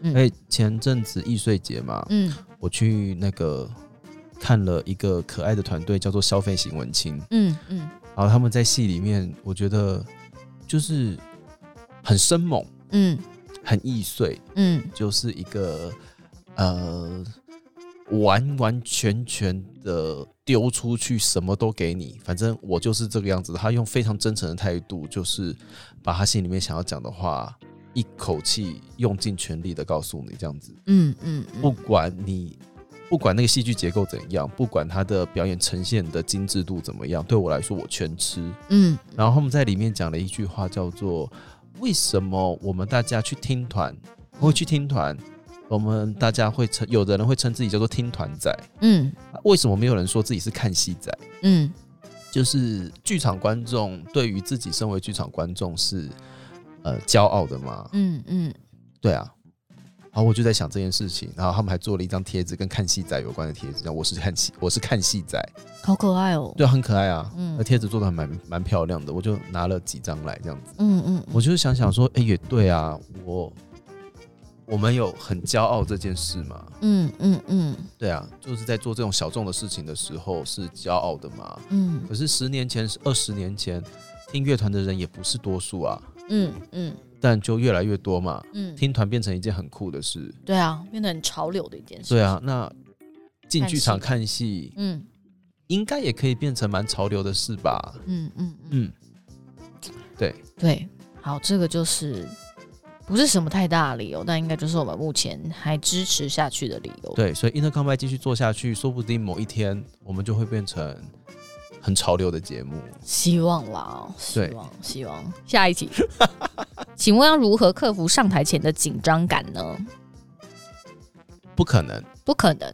Speaker 1: 嗯
Speaker 2: 哎、前阵子易碎节嘛，
Speaker 1: 嗯
Speaker 2: 我去那个看了一个可爱的团队，叫做消费型文青。
Speaker 1: 嗯嗯
Speaker 2: 然后他们在戏里面，我觉得就是很生猛，
Speaker 1: 嗯
Speaker 2: 很易碎，
Speaker 1: 嗯
Speaker 2: 就是一个呃完完全全的丢出去，什么都给你，反正我就是这个样子。他用非常真诚的态度，就是把他心里面想要讲的话，一口气用尽全力的告诉你，这样子。
Speaker 1: 嗯嗯
Speaker 2: 不
Speaker 1: 嗯，
Speaker 2: 管你不管那个戏剧结构怎样，不管它的表演呈现的精致度怎么样，对我来说我全吃。
Speaker 1: 嗯
Speaker 2: 然后他们在里面讲了一句话，叫做“为什么我们大家去听团会去听团？我们大家会称有的人会称自己叫做听团仔，
Speaker 1: 嗯
Speaker 2: 为什么没有人说自己是看戏仔？
Speaker 1: 嗯
Speaker 2: 就是剧场观众对于自己身为剧场观众是呃骄傲的吗？
Speaker 1: 嗯嗯，
Speaker 2: 对啊，然后我就在想这件事情，然后他们还做了一张贴纸，跟看戏仔有关的贴纸，然后我是看戏，我是看戏仔，
Speaker 1: 好可爱哦。
Speaker 2: 对啊，很可爱啊，
Speaker 1: 嗯
Speaker 2: 那贴纸做的蛮蛮漂亮的，我就拿了几张来这样子，
Speaker 1: 嗯嗯
Speaker 2: 我就是想想说，哎、也对啊，我我们有很骄傲这件事吗？
Speaker 1: 嗯嗯嗯
Speaker 2: 对啊，就是在做这种小众的事情的时候是骄傲的吗？
Speaker 1: 嗯
Speaker 2: 可是十年前、二十年前，听乐团的人也不是多数啊，
Speaker 1: 嗯嗯
Speaker 2: 但就越来越多嘛，
Speaker 1: 嗯，
Speaker 2: 听团变成一件很酷的事。
Speaker 1: 对啊，变得很潮流的一件事。
Speaker 2: 对啊，那进
Speaker 1: 看
Speaker 2: 剧场
Speaker 1: 戏
Speaker 2: 看戏
Speaker 1: 嗯
Speaker 2: 应该也可以变成蛮潮流的事吧？
Speaker 1: 嗯嗯嗯。
Speaker 2: 嗯，对，
Speaker 1: 对，好，这个就是不是什么太大的理由，但应该就是我们目前还支持下去的理由。，
Speaker 2: 对，所以 Intercom 麦继续做下去，说不定某一天我们就会变成很潮流的节目。
Speaker 1: 希望啦，哦希
Speaker 2: 对
Speaker 1: 望，希望。下一题， 请问要如何克服上台前的紧张感呢？
Speaker 2: 不可能，
Speaker 1: 不可能，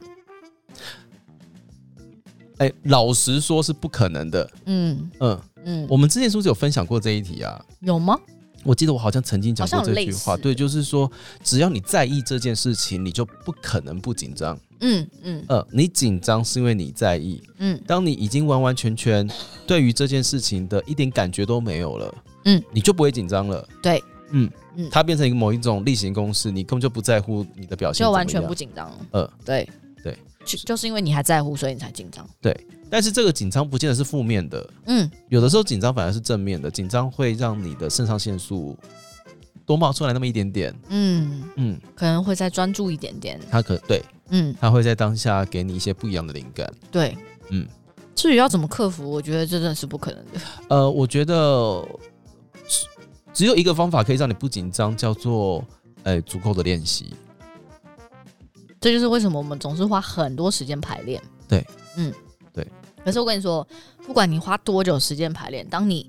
Speaker 2: 哎、老实说是不可能的。
Speaker 1: 嗯
Speaker 2: 嗯，
Speaker 1: 嗯，
Speaker 2: 我们之前是不是有分享过这一题啊？
Speaker 1: 有吗？
Speaker 2: 我记得我好像曾经讲过
Speaker 1: 好像
Speaker 2: 这
Speaker 1: 有
Speaker 2: 句话，
Speaker 1: 类似
Speaker 2: 对，就是说，只要你在意这件事情，你就不可能不紧张。
Speaker 1: 嗯嗯
Speaker 2: 呃，你紧张是因为你在意，
Speaker 1: 嗯
Speaker 2: 当你已经完完全全对于这件事情的一点感觉都没有了，
Speaker 1: 嗯，
Speaker 2: 你就不会紧张了。
Speaker 1: 对，
Speaker 2: 嗯
Speaker 1: 嗯
Speaker 2: 它变成一个某一种例行公事，你根本就不在乎你的表现，
Speaker 1: 就完全不，紧张。
Speaker 2: 呃，
Speaker 1: 对
Speaker 2: 对，
Speaker 1: 就就是因为你还在乎，所以你才紧张。
Speaker 2: 但是这个紧张不见得是负面的，
Speaker 1: 嗯，
Speaker 2: 有的时候紧张反而是正面的，紧张会让你的肾上腺素多冒出来那么一点点，
Speaker 1: 嗯，
Speaker 2: 嗯，
Speaker 1: 可能会再专注一点点。
Speaker 2: 它可对，
Speaker 1: 嗯，
Speaker 2: 它会在当下给你一些不一样的灵感。
Speaker 1: 对，
Speaker 2: 嗯。
Speaker 1: 至于要怎么克服，我觉得这真的是不可能的。
Speaker 2: 呃，我觉得只只有一个方法可以让你不紧张，叫做呃足够的练习。
Speaker 1: 这就是为什么我们总是花很多时间排练。
Speaker 2: 对，
Speaker 1: 嗯，
Speaker 2: 对。
Speaker 1: 可是我跟你说，不管你花多久时间排练，当你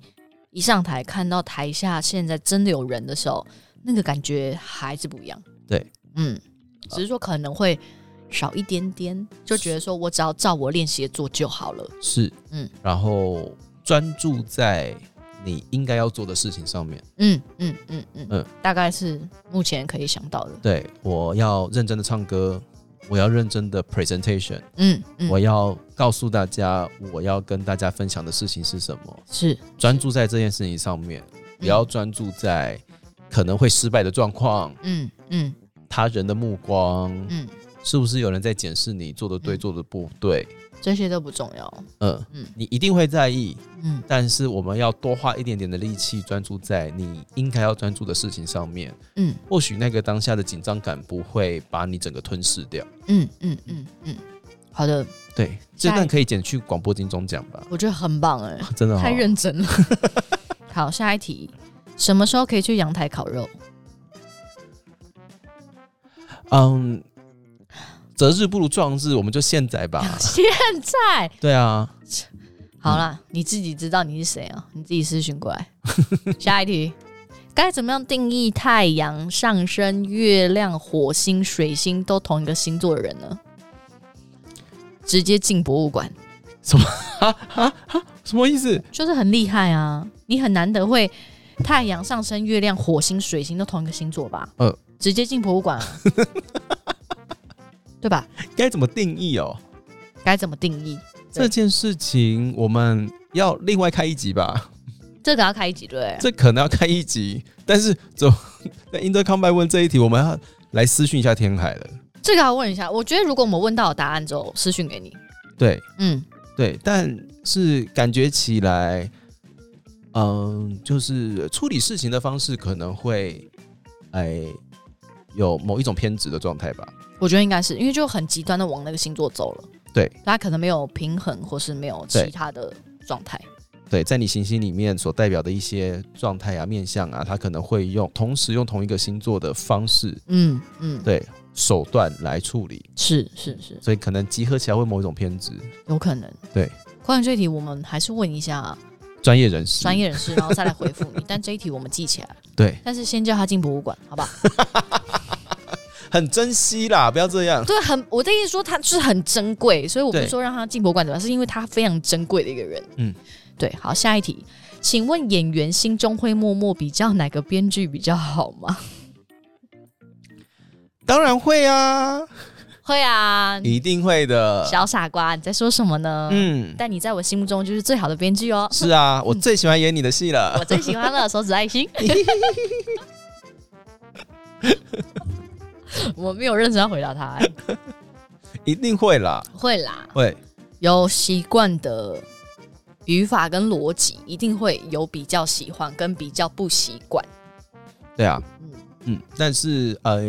Speaker 1: 一上台看到台下现在真的有人的时候，那个感觉还是不一样。
Speaker 2: 对，
Speaker 1: 嗯，只是说可能会少一点点，就觉得说我只要照我练习的做就好了。
Speaker 2: 是，
Speaker 1: 嗯，
Speaker 2: 然后专注在你应该要做的事情上面。
Speaker 1: 嗯嗯嗯嗯
Speaker 2: 嗯
Speaker 1: 嗯，大概是目前可以想到的。
Speaker 2: 对，我要认真的唱歌，我要认真的 presentation，、
Speaker 1: 嗯嗯，
Speaker 2: 我要告诉大家我要跟大家分享的事情是什么，
Speaker 1: 是
Speaker 2: 专注在这件事情上面，
Speaker 1: 嗯
Speaker 2: 不要专注在可能会失败的状况、
Speaker 1: 嗯嗯
Speaker 2: 他人的目光，
Speaker 1: 嗯，
Speaker 2: 是不是有人在检视你做的
Speaker 1: 嗯
Speaker 2: 对、做的不对？
Speaker 1: 这些都不重要。
Speaker 2: 嗯
Speaker 1: 嗯
Speaker 2: 你一定会在意，
Speaker 1: 嗯
Speaker 2: 但是我们要多花一点点的力气，专注在你应该要专注的事情上面。
Speaker 1: 嗯
Speaker 2: 或许那个当下的紧张感不会把你整个吞噬掉。
Speaker 1: 嗯嗯嗯嗯，好的，
Speaker 2: 对，这段可以剪去广播金钟奖吧？
Speaker 1: 我觉得很棒哎、
Speaker 2: 真的、哦，
Speaker 1: 太认真了。 好，下一题，什么时候可以去阳台烤肉？。
Speaker 2: 嗯，择日不如撞日，我们就现在吧
Speaker 1: 现在
Speaker 2: 对啊，
Speaker 1: 好啦，
Speaker 2: 嗯
Speaker 1: 你自己知道你是谁啊？你自己私讯过来。下一题，该怎么样定义太阳、上升、月亮、火星、水星都同一个星座的人呢？直接进博物馆，
Speaker 2: 什么意思？
Speaker 1: 就是很厉害啊！你很难得会太阳、上升、月亮、火星、水星都同一个星座吧？
Speaker 2: 呃
Speaker 1: 直接进博物馆、啊， 对吧？
Speaker 2: 该怎么定义哦？
Speaker 1: 该怎么定义？对
Speaker 2: 这件事情我们要另外开一集吧，
Speaker 1: 这个要开一集对不对？
Speaker 2: 这可能要开一集。但是走， 那 Intercom 麦问这一题，我们要来私讯一下天海了。
Speaker 1: 这个要问一下，我觉得如果我们问到答案之后，私讯给你。
Speaker 2: 对
Speaker 1: 嗯，
Speaker 2: 对，但是感觉起来，嗯，就是处理事情的方式可能会，哎，有某一种偏执的状态吧。
Speaker 1: 我觉得应该是因为就很极端的往那个星座走了，
Speaker 2: 对，
Speaker 1: 他可能没有平衡，或是没有
Speaker 2: 对
Speaker 1: 其他的状态。
Speaker 2: 对，在你行星里面所代表的一些状态啊、面相啊，它可能会用同时用同一个星座的方式、
Speaker 1: 嗯嗯，
Speaker 2: 对手段来处理，
Speaker 1: 是是是，
Speaker 2: 所以可能集合起来会某一种偏执。
Speaker 1: 有可能。
Speaker 2: 对，
Speaker 1: 关于这一题，我们还是问一下
Speaker 2: 专业人士，
Speaker 1: 专业人士，然后再来回复 你。但这一题我们记起来，
Speaker 2: 对，
Speaker 1: 但是先叫他进博物馆，好 吧？
Speaker 2: 很珍惜啦，不要这样。
Speaker 1: 对，很我的意思说他是很珍贵，所以我不是
Speaker 2: 对
Speaker 1: 说让他进博物馆怎么样，是因为他非常珍贵的一个人。
Speaker 2: 嗯，
Speaker 1: 对。好，下一题，请问演员心中会默默比较哪个编剧比较好吗？
Speaker 2: 当然会啊，
Speaker 1: 会啊，
Speaker 2: 一定会的。
Speaker 1: 小傻瓜，你在说什么呢？
Speaker 2: 嗯，
Speaker 1: 但你在我心目中就是最好的编剧 哦，
Speaker 2: 是啊，我最喜欢演你的戏了
Speaker 1: 我。最喜欢了手指爱 心。我没有认真要回答他、哎
Speaker 2: 一定会啦，
Speaker 1: 会啦，
Speaker 2: 会，
Speaker 1: 有习惯的语法跟逻辑，一定会有比较喜欢跟比较不习 惯。
Speaker 2: 对啊，
Speaker 1: 嗯
Speaker 2: 嗯，但是呃，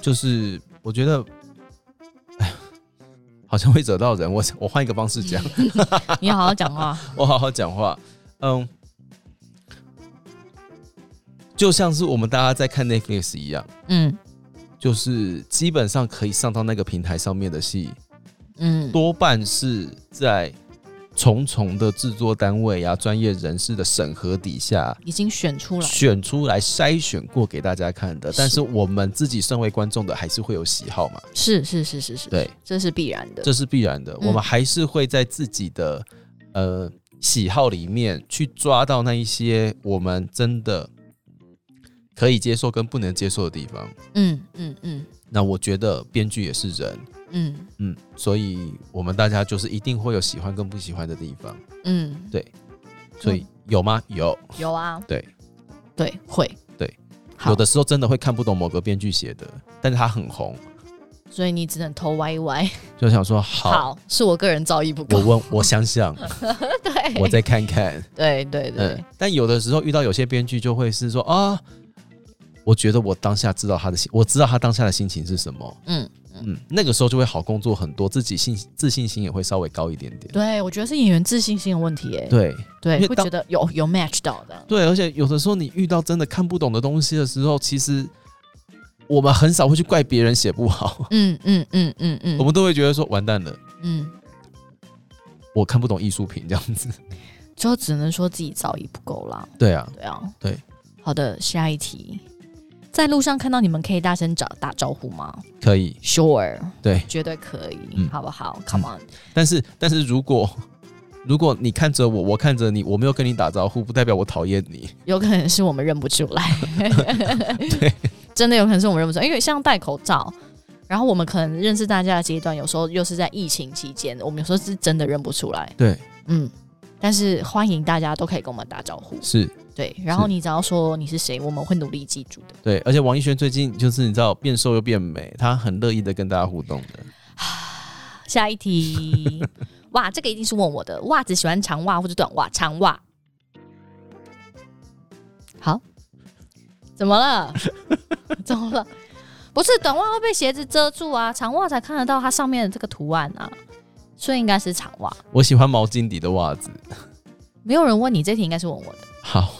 Speaker 2: 就是我觉得，哎呀，好像会惹到人。我我换一个方 式讲，
Speaker 1: 你好好讲 话，
Speaker 2: 我好好讲话，嗯，就像是我们大家在看 Netflix 一样，
Speaker 1: 嗯
Speaker 2: 就是基本上可以上到那个平台上面的戏，
Speaker 1: 嗯，
Speaker 2: 多半是在重重的制作单位啊、专业人士的审核底下，
Speaker 1: 已经选出来了，
Speaker 2: 选出来筛选过给大家看的，
Speaker 1: 是
Speaker 2: 但是我们自己身为观众的还是会有喜好嘛，
Speaker 1: 是是是是是，
Speaker 2: 对，
Speaker 1: 这是必然的。
Speaker 2: 这是必然的，
Speaker 1: 嗯
Speaker 2: 我们还是会在自己的呃喜好里面去抓到那一些我们真的可以接受跟不能接受的地方。
Speaker 1: 嗯嗯嗯
Speaker 2: 那我觉得编剧也是人，
Speaker 1: 嗯
Speaker 2: 嗯，所以我们大家就是一定会有喜欢跟不喜欢的地方，
Speaker 1: 嗯，
Speaker 2: 所以有吗？有，
Speaker 1: 有啊，
Speaker 2: 对
Speaker 1: 对，会
Speaker 2: 对，
Speaker 1: 好
Speaker 2: 有的时候真的会看不懂某个编剧写的，但是他很红，
Speaker 1: 所以你只能头歪一歪。
Speaker 2: 就想说好，
Speaker 1: 是我个人造诣不够。
Speaker 2: 我问我想想，
Speaker 1: 对，
Speaker 2: 我再看看。
Speaker 1: 对对对，
Speaker 2: 嗯，但有的时候遇到有些编剧就会是说啊，我觉得我当下知道他的心，我知道他当下的心情是什么。
Speaker 1: 嗯，
Speaker 2: 嗯，那个时候就会好工作很多，自己信自信心也会稍微高一点点。
Speaker 1: 对，我觉得是演员自信心的问题耶。
Speaker 2: 对因
Speaker 1: 对，
Speaker 2: 为
Speaker 1: 会
Speaker 2: 当
Speaker 1: 觉得有有 match 到的。
Speaker 2: 对，而且有的时候你遇到真的看不懂的东西的时候，其实我们很少会去怪别人写不好，
Speaker 1: 嗯嗯嗯嗯嗯，
Speaker 2: 我们都会觉得说完蛋了，
Speaker 1: 嗯，
Speaker 2: 我看不懂艺术品这样子。
Speaker 1: 就只能说自己造诣不够啦。
Speaker 2: 对啊，
Speaker 1: 对啊，
Speaker 2: 对。
Speaker 1: 好的，下一题。在路上看到你们可以大声找打招呼吗
Speaker 2: 可以。
Speaker 1: ？Sure，
Speaker 2: 对
Speaker 1: 绝对可以，
Speaker 2: 嗯
Speaker 1: 好不好？Come on，、
Speaker 2: 但是但是如果如果你看着我，我看着你，我没有跟你打招呼，不代表我讨厌你。
Speaker 1: 有可能是我们认不出 来，真的有可能是我们认不出来，因为像戴口罩，然后我们可能认识大家的阶段，有时候又是在疫情期间，我们有时候是真的认不出来，
Speaker 2: 对，
Speaker 1: 嗯。但是欢迎大家都可以跟我们打招呼，
Speaker 2: 是
Speaker 1: 对。然后你只要说你是谁，我们会努力记住的。
Speaker 2: 对，而且王一轩最近就是你知道变瘦又变美，他很乐意的跟大家互动的。
Speaker 1: 下一题，哇，这个一定是问我的，袜子喜欢长袜或者短袜？长袜。好，怎么了？怎么了？不是短袜会被鞋子遮住啊，长袜才看得到它上面的这个图案啊，所以应该是长袜。
Speaker 2: 我喜欢毛巾底的袜子。
Speaker 1: 没有人问你这题，应该是问我的。
Speaker 2: 好，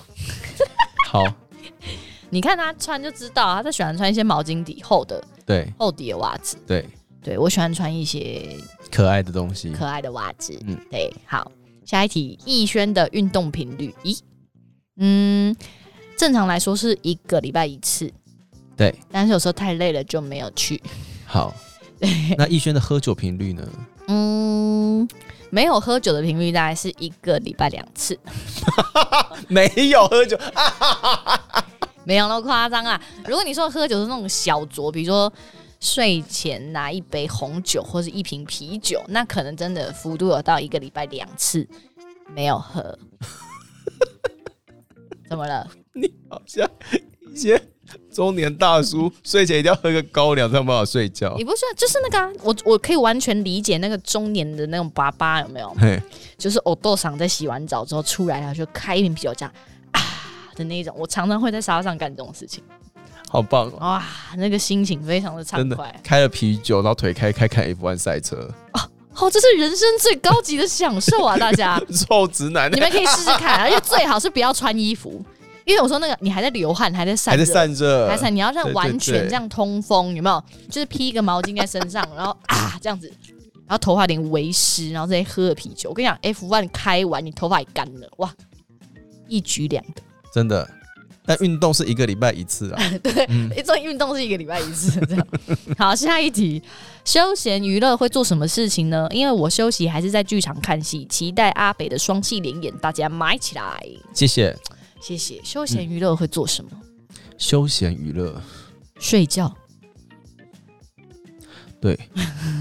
Speaker 2: 好，
Speaker 1: 你看他穿就知道，他就喜欢穿一些毛巾底厚的
Speaker 2: 对
Speaker 1: 厚底的袜子。
Speaker 2: 对，
Speaker 1: 对我喜欢穿一些
Speaker 2: 可爱的东西。
Speaker 1: 可爱的袜子。
Speaker 2: 嗯
Speaker 1: 嗯，对，好，下一题，逸轩的运动频率，咦，嗯，正常来说是一个礼拜一次，
Speaker 2: 对，
Speaker 1: 但是有时候太累了就没有去。
Speaker 2: 好。那逸轩的喝酒频率呢？
Speaker 1: 嗯，没有喝酒的频率大概是一个礼拜两次，
Speaker 2: 没有喝酒，
Speaker 1: 没有那么夸张啊。如果你说喝酒是那种小酌，比如说。睡前拿一杯红酒或是一瓶啤酒，那可能真的幅度有到一个礼拜两次没有 喝。怎么了？
Speaker 2: 好像一些中年大 叔睡前一定要喝个高粱才有办法睡觉
Speaker 1: 你。不是就是那个、啊、我我可以完全理解那个中年的那种爸爸有没有？
Speaker 2: 嘿，
Speaker 1: 就是欧豆桑在洗完澡之后出来，然后就开一瓶啤酒这样啊的那一种。我常常会在沙发上干这种事情，
Speaker 2: 好棒哦！
Speaker 1: 哇，那个心情非常的畅
Speaker 2: 真的
Speaker 1: 快。
Speaker 2: 开了啤酒，然后腿开开看 F1 赛车，
Speaker 1: 哦，这是人生最高级的享受啊！大家，
Speaker 2: 臭直男欸
Speaker 1: 你们可以试试看、啊，而且最好是不要穿衣服，因为我说那个你还在流汗，还在 散热，
Speaker 2: 还在散热，
Speaker 1: 还在散，你要这样
Speaker 2: 呃对对
Speaker 1: 完全
Speaker 2: 对
Speaker 1: 这样通风，有没有？就是披一个毛巾在身上，然后啊这样子，然后头发有点微湿，然后再喝啤酒。我跟你讲，F one 开完你头发也干了，哇，一举两得。
Speaker 2: 真的。但运动是一个礼拜一次 啊，
Speaker 1: 对，一种运动是一个礼拜一次这样。 好，下一题，休闲娱乐会做什么事情呢？因为我休息还是在剧场看戏，期待阿北的双戏连演，大家买起来。
Speaker 2: 谢谢。
Speaker 1: 谢谢。休
Speaker 2: 嗯
Speaker 1: 闲娱乐会做什么？
Speaker 2: 休闲娱乐，
Speaker 1: 睡觉。
Speaker 2: 对，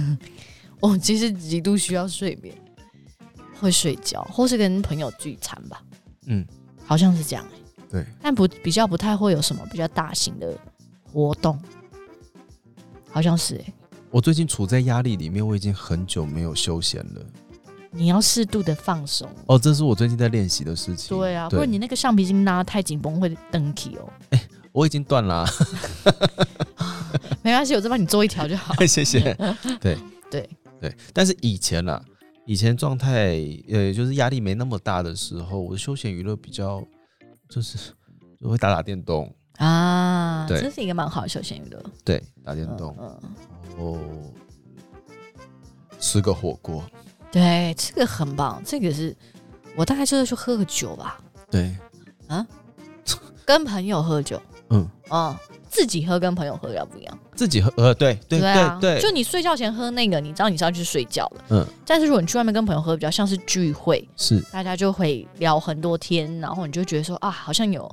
Speaker 1: 我其实极度需要睡眠，会睡觉，或是跟朋友聚餐吧，
Speaker 2: 嗯，
Speaker 1: 好像是这样、欸
Speaker 2: 对，
Speaker 1: 但不比较不太会有什么比较大型的活动，好像是、欸。
Speaker 2: 我最近处在压力里面，我已经很久没有休闲了。
Speaker 1: 你要适度的放松。
Speaker 2: 哦，这是我最近在练习的事情。
Speaker 1: 对啊，不然你那个橡皮筋拉太紧绷会蹬起 哦。
Speaker 2: 我已经断了、啊
Speaker 1: 没关系，我再帮你做一条就好。
Speaker 2: 谢谢。对
Speaker 1: 对
Speaker 2: 对，但是以前啦、以前状态呃，就是压力没那么大的时候，我的休闲娱乐比较就是就会打打电动，
Speaker 1: 啊，
Speaker 2: 对
Speaker 1: 这是一个蛮好的休闲娱乐。
Speaker 2: 对，打电动，
Speaker 1: 嗯，嗯
Speaker 2: 哦，吃个火锅，
Speaker 1: 对，这个很棒，这个是我大概就是去喝个酒吧，
Speaker 2: 对，
Speaker 1: 跟朋友喝酒。
Speaker 2: 嗯，
Speaker 1: 嗯，自己喝跟朋友喝要不一样。
Speaker 2: 自己喝，呃，对对
Speaker 1: 啊，
Speaker 2: 对
Speaker 1: 就
Speaker 2: 对，
Speaker 1: 你睡觉前喝那个，你知道你是要去睡觉了。
Speaker 2: 嗯，
Speaker 1: 但是如果你去外面跟朋友喝，比较像是聚会，
Speaker 2: 是
Speaker 1: 大家就会聊很多天，然后你就觉得说啊，好像有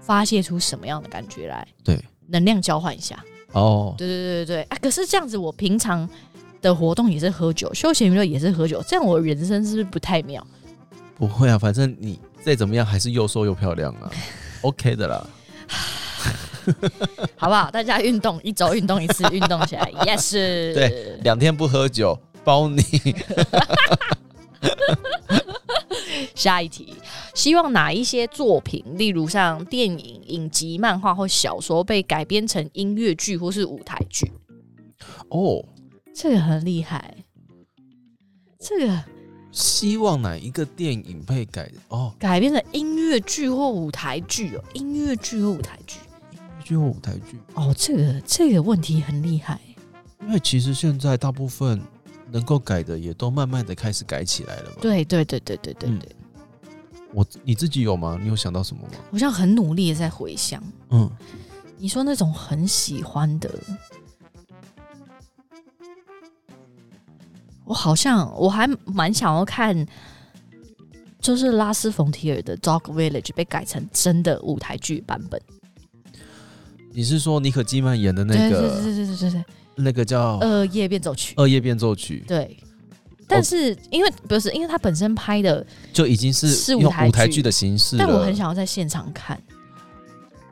Speaker 1: 发泄出什么样的感觉来，
Speaker 2: 对，
Speaker 1: 能量交换一下。
Speaker 2: 哦，
Speaker 1: 对对对对对，啊，可是这样子，我平常的活动也是喝酒，休闲娱乐也是喝酒，这样我人生是不是不太妙？
Speaker 2: 不 会啊，反正你再怎么样还是又瘦又漂亮啊，OK 的啦，
Speaker 1: 好不好？大家运动一周运动一次，运动起 来，yes。
Speaker 2: 对，两天不喝酒，包你。
Speaker 1: 下一题，希望哪一些作品，例如像电影、影集、漫画或小说，被改编成音乐剧或是舞台剧？
Speaker 2: 哦，
Speaker 1: 这个很厉害，这个
Speaker 2: 希望哪一个电影被改？哦，
Speaker 1: 改编成音乐剧或舞台剧哦，音乐剧或舞台剧
Speaker 2: 剧或舞台剧，
Speaker 1: 哦，这个这个问题很厉害，
Speaker 2: 因为其实现在大部分能够改的也都慢慢的开始改起来了嘛。，
Speaker 1: 对对对对对对
Speaker 2: 嗯
Speaker 1: 对，
Speaker 2: 我你自己有吗？你有想到什么吗？
Speaker 1: 我像很努力的在回想，
Speaker 2: 嗯，
Speaker 1: 你说那种很喜欢的，我好像我还蛮想要看，就是拉斯冯提尔的《Dog Village》被改成真的舞台剧版本。
Speaker 2: 你是说妮可基曼演的那
Speaker 1: 对
Speaker 2: 个
Speaker 1: 对对对对对，
Speaker 2: 那个叫《
Speaker 1: 呃，夜变奏曲，
Speaker 2: 二夜变奏曲
Speaker 1: 对。但是因为不是因为他本身拍的，》，
Speaker 2: 就已经
Speaker 1: 是
Speaker 2: 是
Speaker 1: 舞
Speaker 2: 用
Speaker 1: 台
Speaker 2: 舞台剧
Speaker 1: 剧
Speaker 2: 的形式了。
Speaker 1: 但我很想要在现场看。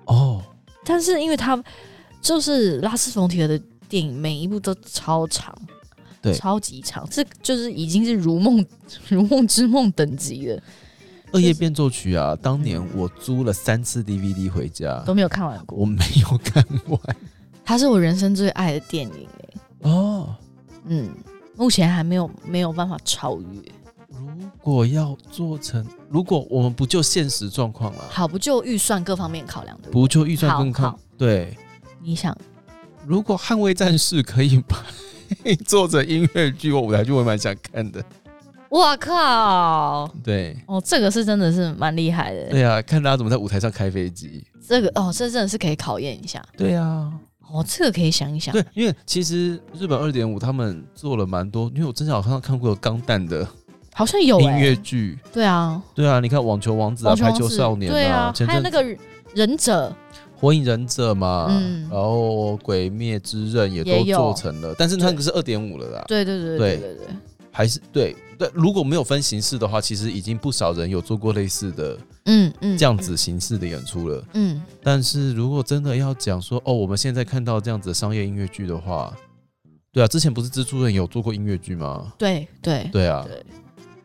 Speaker 2: 哦，
Speaker 1: 但是因为他就是拉斯冯提尔的电影，每一部都超长，
Speaker 2: 对
Speaker 1: 超级长，这就是已经是如梦 如梦之梦等级了，
Speaker 2: 《二夜变奏曲》啊，当年我租了三次 DVD 回家，
Speaker 1: 都没有看完过。
Speaker 2: 我没有看完。
Speaker 1: 它是我人生最爱的电影、欸，
Speaker 2: 哦，
Speaker 1: 嗯，目前还没有没有办法超越。
Speaker 2: 如果要做成，如果我们不就现实状况啦，
Speaker 1: 好，不就预算各方面考量，对不对？
Speaker 2: 不就预算更
Speaker 1: 好
Speaker 2: 高
Speaker 1: 好？
Speaker 2: 对，
Speaker 1: 你想，
Speaker 2: 如果《捍卫战士》可以拍做成音乐剧或舞台剧，我也蛮想看的。
Speaker 1: 我靠，
Speaker 2: 对，
Speaker 1: 哦，这个是真的是蛮厉害的，
Speaker 2: 对啊，看大家怎么在舞台上开飞机。
Speaker 1: 这个哦，这真的是可以考验一下，
Speaker 2: 对啊，
Speaker 1: 哦，这个可以想一想，
Speaker 2: 对，因为其实日本二点五他们做了蛮多，因为我真的好像看过钢弹的
Speaker 1: 好像有、
Speaker 2: 音
Speaker 1: 欸，
Speaker 2: 乐剧。
Speaker 1: 对啊，
Speaker 2: 对啊，你看网球王子啊，
Speaker 1: 王
Speaker 2: 排
Speaker 1: 王
Speaker 2: 球
Speaker 1: 子
Speaker 2: 少年
Speaker 1: 对啊，
Speaker 2: 前
Speaker 1: 还有
Speaker 2: 阵
Speaker 1: 那个忍者，
Speaker 2: 火影忍者嘛，
Speaker 1: 嗯
Speaker 2: 然后鬼灭之刃也
Speaker 1: 也
Speaker 2: 都
Speaker 1: 有
Speaker 2: 做成了，但是那个是二点五了啦。
Speaker 1: 对对对对对对，
Speaker 2: 还是对对，如果没有分形式的话，其实已经不少人有做过类似的
Speaker 1: 嗯嗯，
Speaker 2: 这样，子形式的演出了。
Speaker 1: 嗯，
Speaker 2: 但是如果真的要讲说，哦，我们现在看到这样子的商业音乐剧的话，对啊，之前不是蜘蛛人有做过音乐剧吗？
Speaker 1: 对对
Speaker 2: 对啊，
Speaker 1: 对，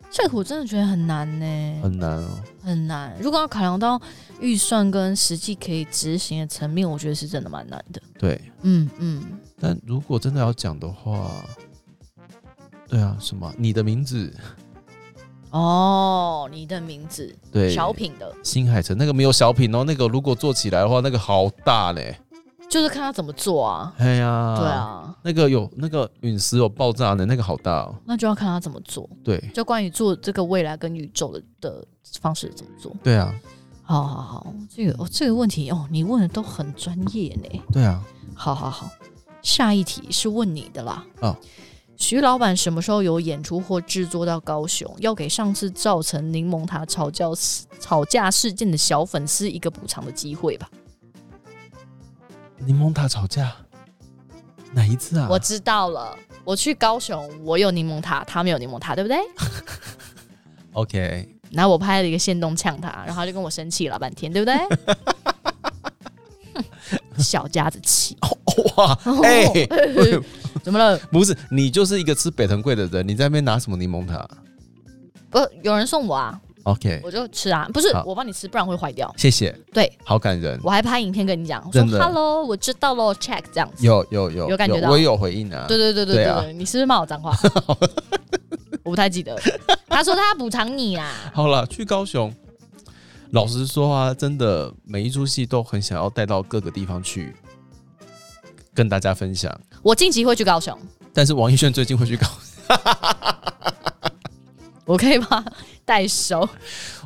Speaker 1: 这个我真的觉得很难呢、
Speaker 2: 很难哦。
Speaker 1: 很难。如果要考量到预算跟实际可以执行的层面，我觉得是真的蛮难的。
Speaker 2: 对，
Speaker 1: 嗯嗯，
Speaker 2: 但如果真的要讲的话，对啊，什么？你的名字？
Speaker 1: 哦，你的名字
Speaker 2: 对，
Speaker 1: 小品的，
Speaker 2: 新海诚那个没有小品哦，那个如果做起来的话，那个好大嘞。
Speaker 1: 就是看他怎么做啊。
Speaker 2: 哎呀，
Speaker 1: 对，啊，
Speaker 2: 那个有那个陨石有爆炸的那个好大哦。
Speaker 1: 那就要看他怎么做。
Speaker 2: 对，
Speaker 1: 就关于做这个未来跟宇宙的的方式怎么做。
Speaker 2: 对啊，
Speaker 1: 好好好，这个哦这个问题哦，你问的都很专业呢。
Speaker 2: 对啊，
Speaker 1: 好好好，下一题是问你的啦。
Speaker 2: 哦
Speaker 1: 徐老板什么时候有演出或制作到高雄？要给上次造成柠檬塔吵架事吵架事件的小粉丝一个补偿的机会吧。
Speaker 2: 柠檬塔吵架哪一次啊？
Speaker 1: 我知道了，我去高雄，我有柠檬塔，他没有柠檬塔，对不对？
Speaker 2: OK，
Speaker 1: 然后我拍了一个线动呛他，然后他就跟我生气了半天，对不对？ 哼小家子气，
Speaker 2: 哇，
Speaker 1: 哦
Speaker 2: 哎、
Speaker 1: 怎么了？
Speaker 2: 不是，你就是一个吃北藤贵的人，你在那边拿什么柠檬塔
Speaker 1: 不，有人送我啊，
Speaker 2: ？OK，
Speaker 1: 我就吃啊，不是
Speaker 2: 好
Speaker 1: 我帮你吃，不然会坏掉。
Speaker 2: 谢谢，
Speaker 1: 对，
Speaker 2: 好感人，
Speaker 1: 我还拍影片跟你讲，我说
Speaker 2: 真的
Speaker 1: “hello”，我知道喽，check 这样子。
Speaker 2: 有有有
Speaker 1: 有感觉到
Speaker 2: 我也有回应啊。
Speaker 1: 对对对对对
Speaker 2: 对啊
Speaker 1: 对，你是不是骂我脏话？ 我不太记得。他说他补偿你啦。
Speaker 2: 好了，去高雄。老实说啊，真的每一出戏都很想要带到各个地方去跟大家分享。
Speaker 1: 我近期会去高雄，
Speaker 2: 但是王一轩最近会去高，
Speaker 1: 我可以吗？ 代收，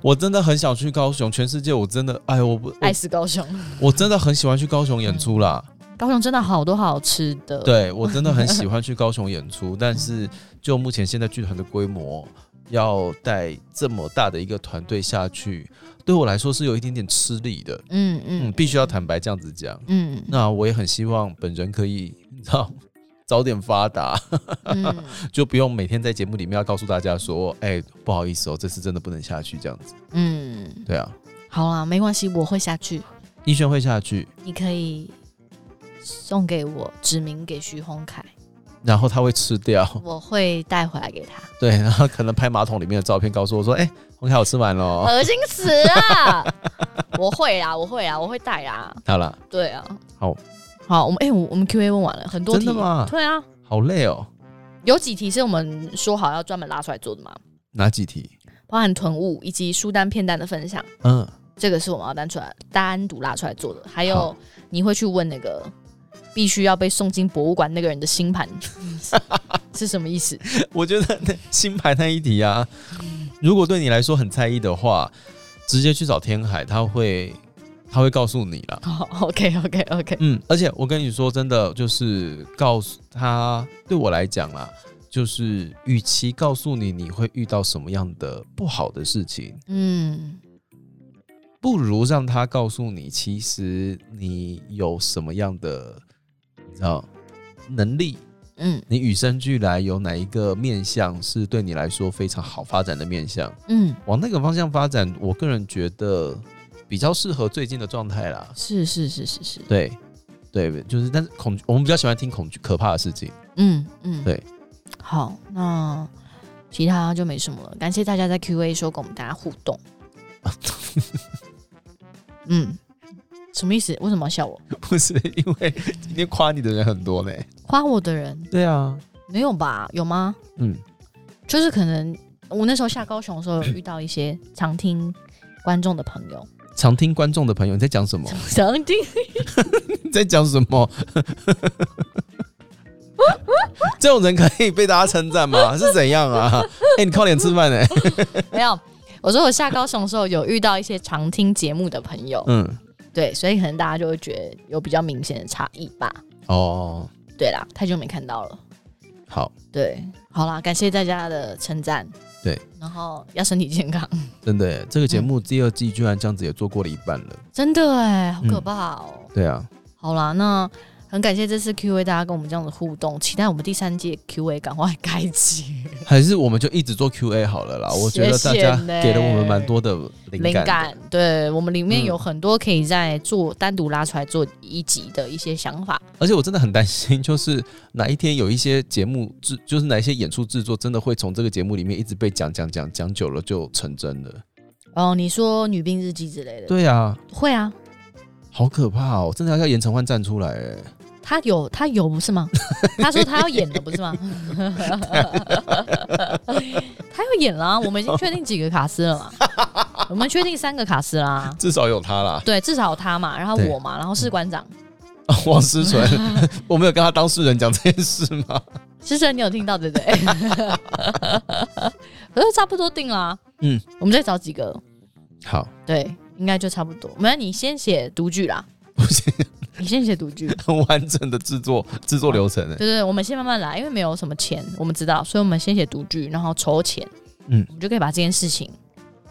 Speaker 2: 我真的很想去高雄，全世界我真的，哎，我不，
Speaker 1: 爱死高雄。
Speaker 2: 我我真的很喜欢去高雄演出啦。
Speaker 1: 高雄真的好多好吃的。，
Speaker 2: 对我真的很喜欢去高雄演出，但是就目前现在剧团的规模，要带这么大的一个团队下去，对我来说是有一点点吃力的。
Speaker 1: 嗯
Speaker 2: 嗯，
Speaker 1: 嗯
Speaker 2: 必须要坦白这样子讲。
Speaker 1: 嗯
Speaker 2: 那我也很希望本人可以，你知道。早点发达，
Speaker 1: 嗯，
Speaker 2: 就不用每天在节目里面要告诉大家说，哎、不好意思哦，这次真的不能下去这样子。
Speaker 1: 嗯，
Speaker 2: 对啊，
Speaker 1: 好啦，没关系，我会下去。
Speaker 2: 逸轩会下去，
Speaker 1: 你可以送给我，指名给徐宏凯，
Speaker 2: 然后他会吃掉，
Speaker 1: 我会带回来给他。
Speaker 2: 对，然后可能拍马桶里面的照片，告诉我说，哎、红凯我吃完了。哦
Speaker 1: 恶心死了！ 我会啦，我会啦，我会带啦。
Speaker 2: 好了，
Speaker 1: 对啊，
Speaker 2: 好，
Speaker 1: 好，我们哎、我我们 Q A 问完了很多题，
Speaker 2: 真的吗
Speaker 1: 对啊，
Speaker 2: 好累哦。
Speaker 1: 有几题是我们说好要专门拉出来做的嘛，
Speaker 2: 哪几题？
Speaker 1: 包含囤物以及书单片单的分享，
Speaker 2: 嗯，
Speaker 1: 这个是我们要单出来单独拉出来做的。还有
Speaker 2: 好
Speaker 1: 你会去问那个必须要被送进博物馆那个人的星 盘是什么意思？
Speaker 2: 我觉得那新牌那一题啊，如果对你来说很在意的话，直接去找天海，他会他会告诉你啦。
Speaker 1: 哦、OK OK OK，
Speaker 2: 嗯，而且我跟你说，真的就是告诉他，对我来讲啦，就是与其告诉你你会遇到什么样的不好的事情，
Speaker 1: 嗯，
Speaker 2: 不如让他告诉你，其实你有什么样的，你知道能力，
Speaker 1: 嗯
Speaker 2: 你与生俱来有哪一个面向是对你来说非常好发展的面向，
Speaker 1: 嗯，
Speaker 2: 往那个方向发展，我个人觉得比较适合最近的状态啦。
Speaker 1: 是是是是是，
Speaker 2: 对，对，就是但是恐惧，我们比较喜欢听恐惧可怕的事情。
Speaker 1: 嗯嗯，
Speaker 2: 对。
Speaker 1: 好，那其他就没什么了。感谢大家在 Q&A 时候跟我们大家互 动。嗯，什么意思？为什么要笑我？
Speaker 2: 不是因为今天夸你的人很多呢。
Speaker 1: 夸我的人
Speaker 2: 对啊，
Speaker 1: 没有吧？有吗？
Speaker 2: 嗯，
Speaker 1: 就是可能我那时候下高雄的时候，有遇到一些常听观众的朋友，
Speaker 2: 常听观众的朋友，你在讲什么？
Speaker 1: 常听
Speaker 2: 你 在讲什么？ 这种人可以被大家称赞吗？是怎样 啊？哎、你靠脸吃饭呢、
Speaker 1: 没有。我说我下高雄的时候有遇到一些常听节目的朋友，
Speaker 2: 嗯，
Speaker 1: 对，所以可能大家就会觉得有比较明显的差异吧。
Speaker 2: 哦，
Speaker 1: 对啦，太久没看到了。
Speaker 2: 好，
Speaker 1: 对，好啦，感谢大家的称赞。
Speaker 2: 对，
Speaker 1: 然后要身体健康，
Speaker 2: 真的耶，这个节目第二季居然这样子也做过了一半了。
Speaker 1: 真的哎，好
Speaker 2: 嗯
Speaker 1: 可怕哦、
Speaker 2: 对啊，
Speaker 1: 好啦，那很感谢这次 Q&A 大家跟我们这样的互动，期待我们第三届 Q&A 赶快开机。
Speaker 2: 还是我们就一直做 Q&A 好了啦。我觉得大
Speaker 1: 谢谢
Speaker 2: 家
Speaker 1: 呢
Speaker 2: 给了我们蛮多的灵
Speaker 1: 灵
Speaker 2: 感的。
Speaker 1: 感，对我们里面
Speaker 2: 嗯
Speaker 1: 有很多可以再做单独拉出来做一集的一些想法。
Speaker 2: 而且我真的很担心，就是哪一天有一些节目制，就是哪一些演出制作，真的会从这个节目里面一直被讲讲讲讲久了就成真了。
Speaker 1: 哦，你说女兵日记之类的，
Speaker 2: 对啊，
Speaker 1: 会啊，
Speaker 2: 好可怕哦！真的要叫严承焕站出来哎，
Speaker 1: 他有他有不是 吗？他说他要演了不是吗？他要演了啊、我们已经确定几个卡司了嘛？ 我们确定三个卡司啦、
Speaker 2: 至少有他啦。
Speaker 1: 对，至少有他嘛，然后
Speaker 2: 对
Speaker 1: 我嘛，然后士官长。
Speaker 2: 王思纯， 我没有跟他当事人讲这件事吗？
Speaker 1: 思成，你有听到对不对？ 可是差不多定了、啊，
Speaker 2: 嗯，
Speaker 1: 我们再找几个，
Speaker 2: 好，
Speaker 1: 对，应该就差不多。没有，你先写独剧啦，
Speaker 2: 不行，
Speaker 1: 你先写独剧，
Speaker 2: 很完整的制作制作流程哎。
Speaker 1: 对对，我们先慢慢来，因为没有什么钱，我们知道，所以我们先写独剧，然后筹钱，
Speaker 2: 嗯
Speaker 1: 我们就可以把这件事情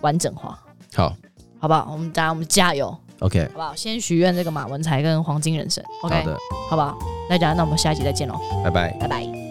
Speaker 1: 完整化，
Speaker 2: 好
Speaker 1: 好不好？我们大家我们加油，好
Speaker 2: ，OK，
Speaker 1: 不好？先许愿这个马文才跟黄金人生
Speaker 2: 好
Speaker 1: ，OK，
Speaker 2: 的，
Speaker 1: 好不好？大家，那我们下一集再见喽，
Speaker 2: 拜拜。
Speaker 1: 拜拜。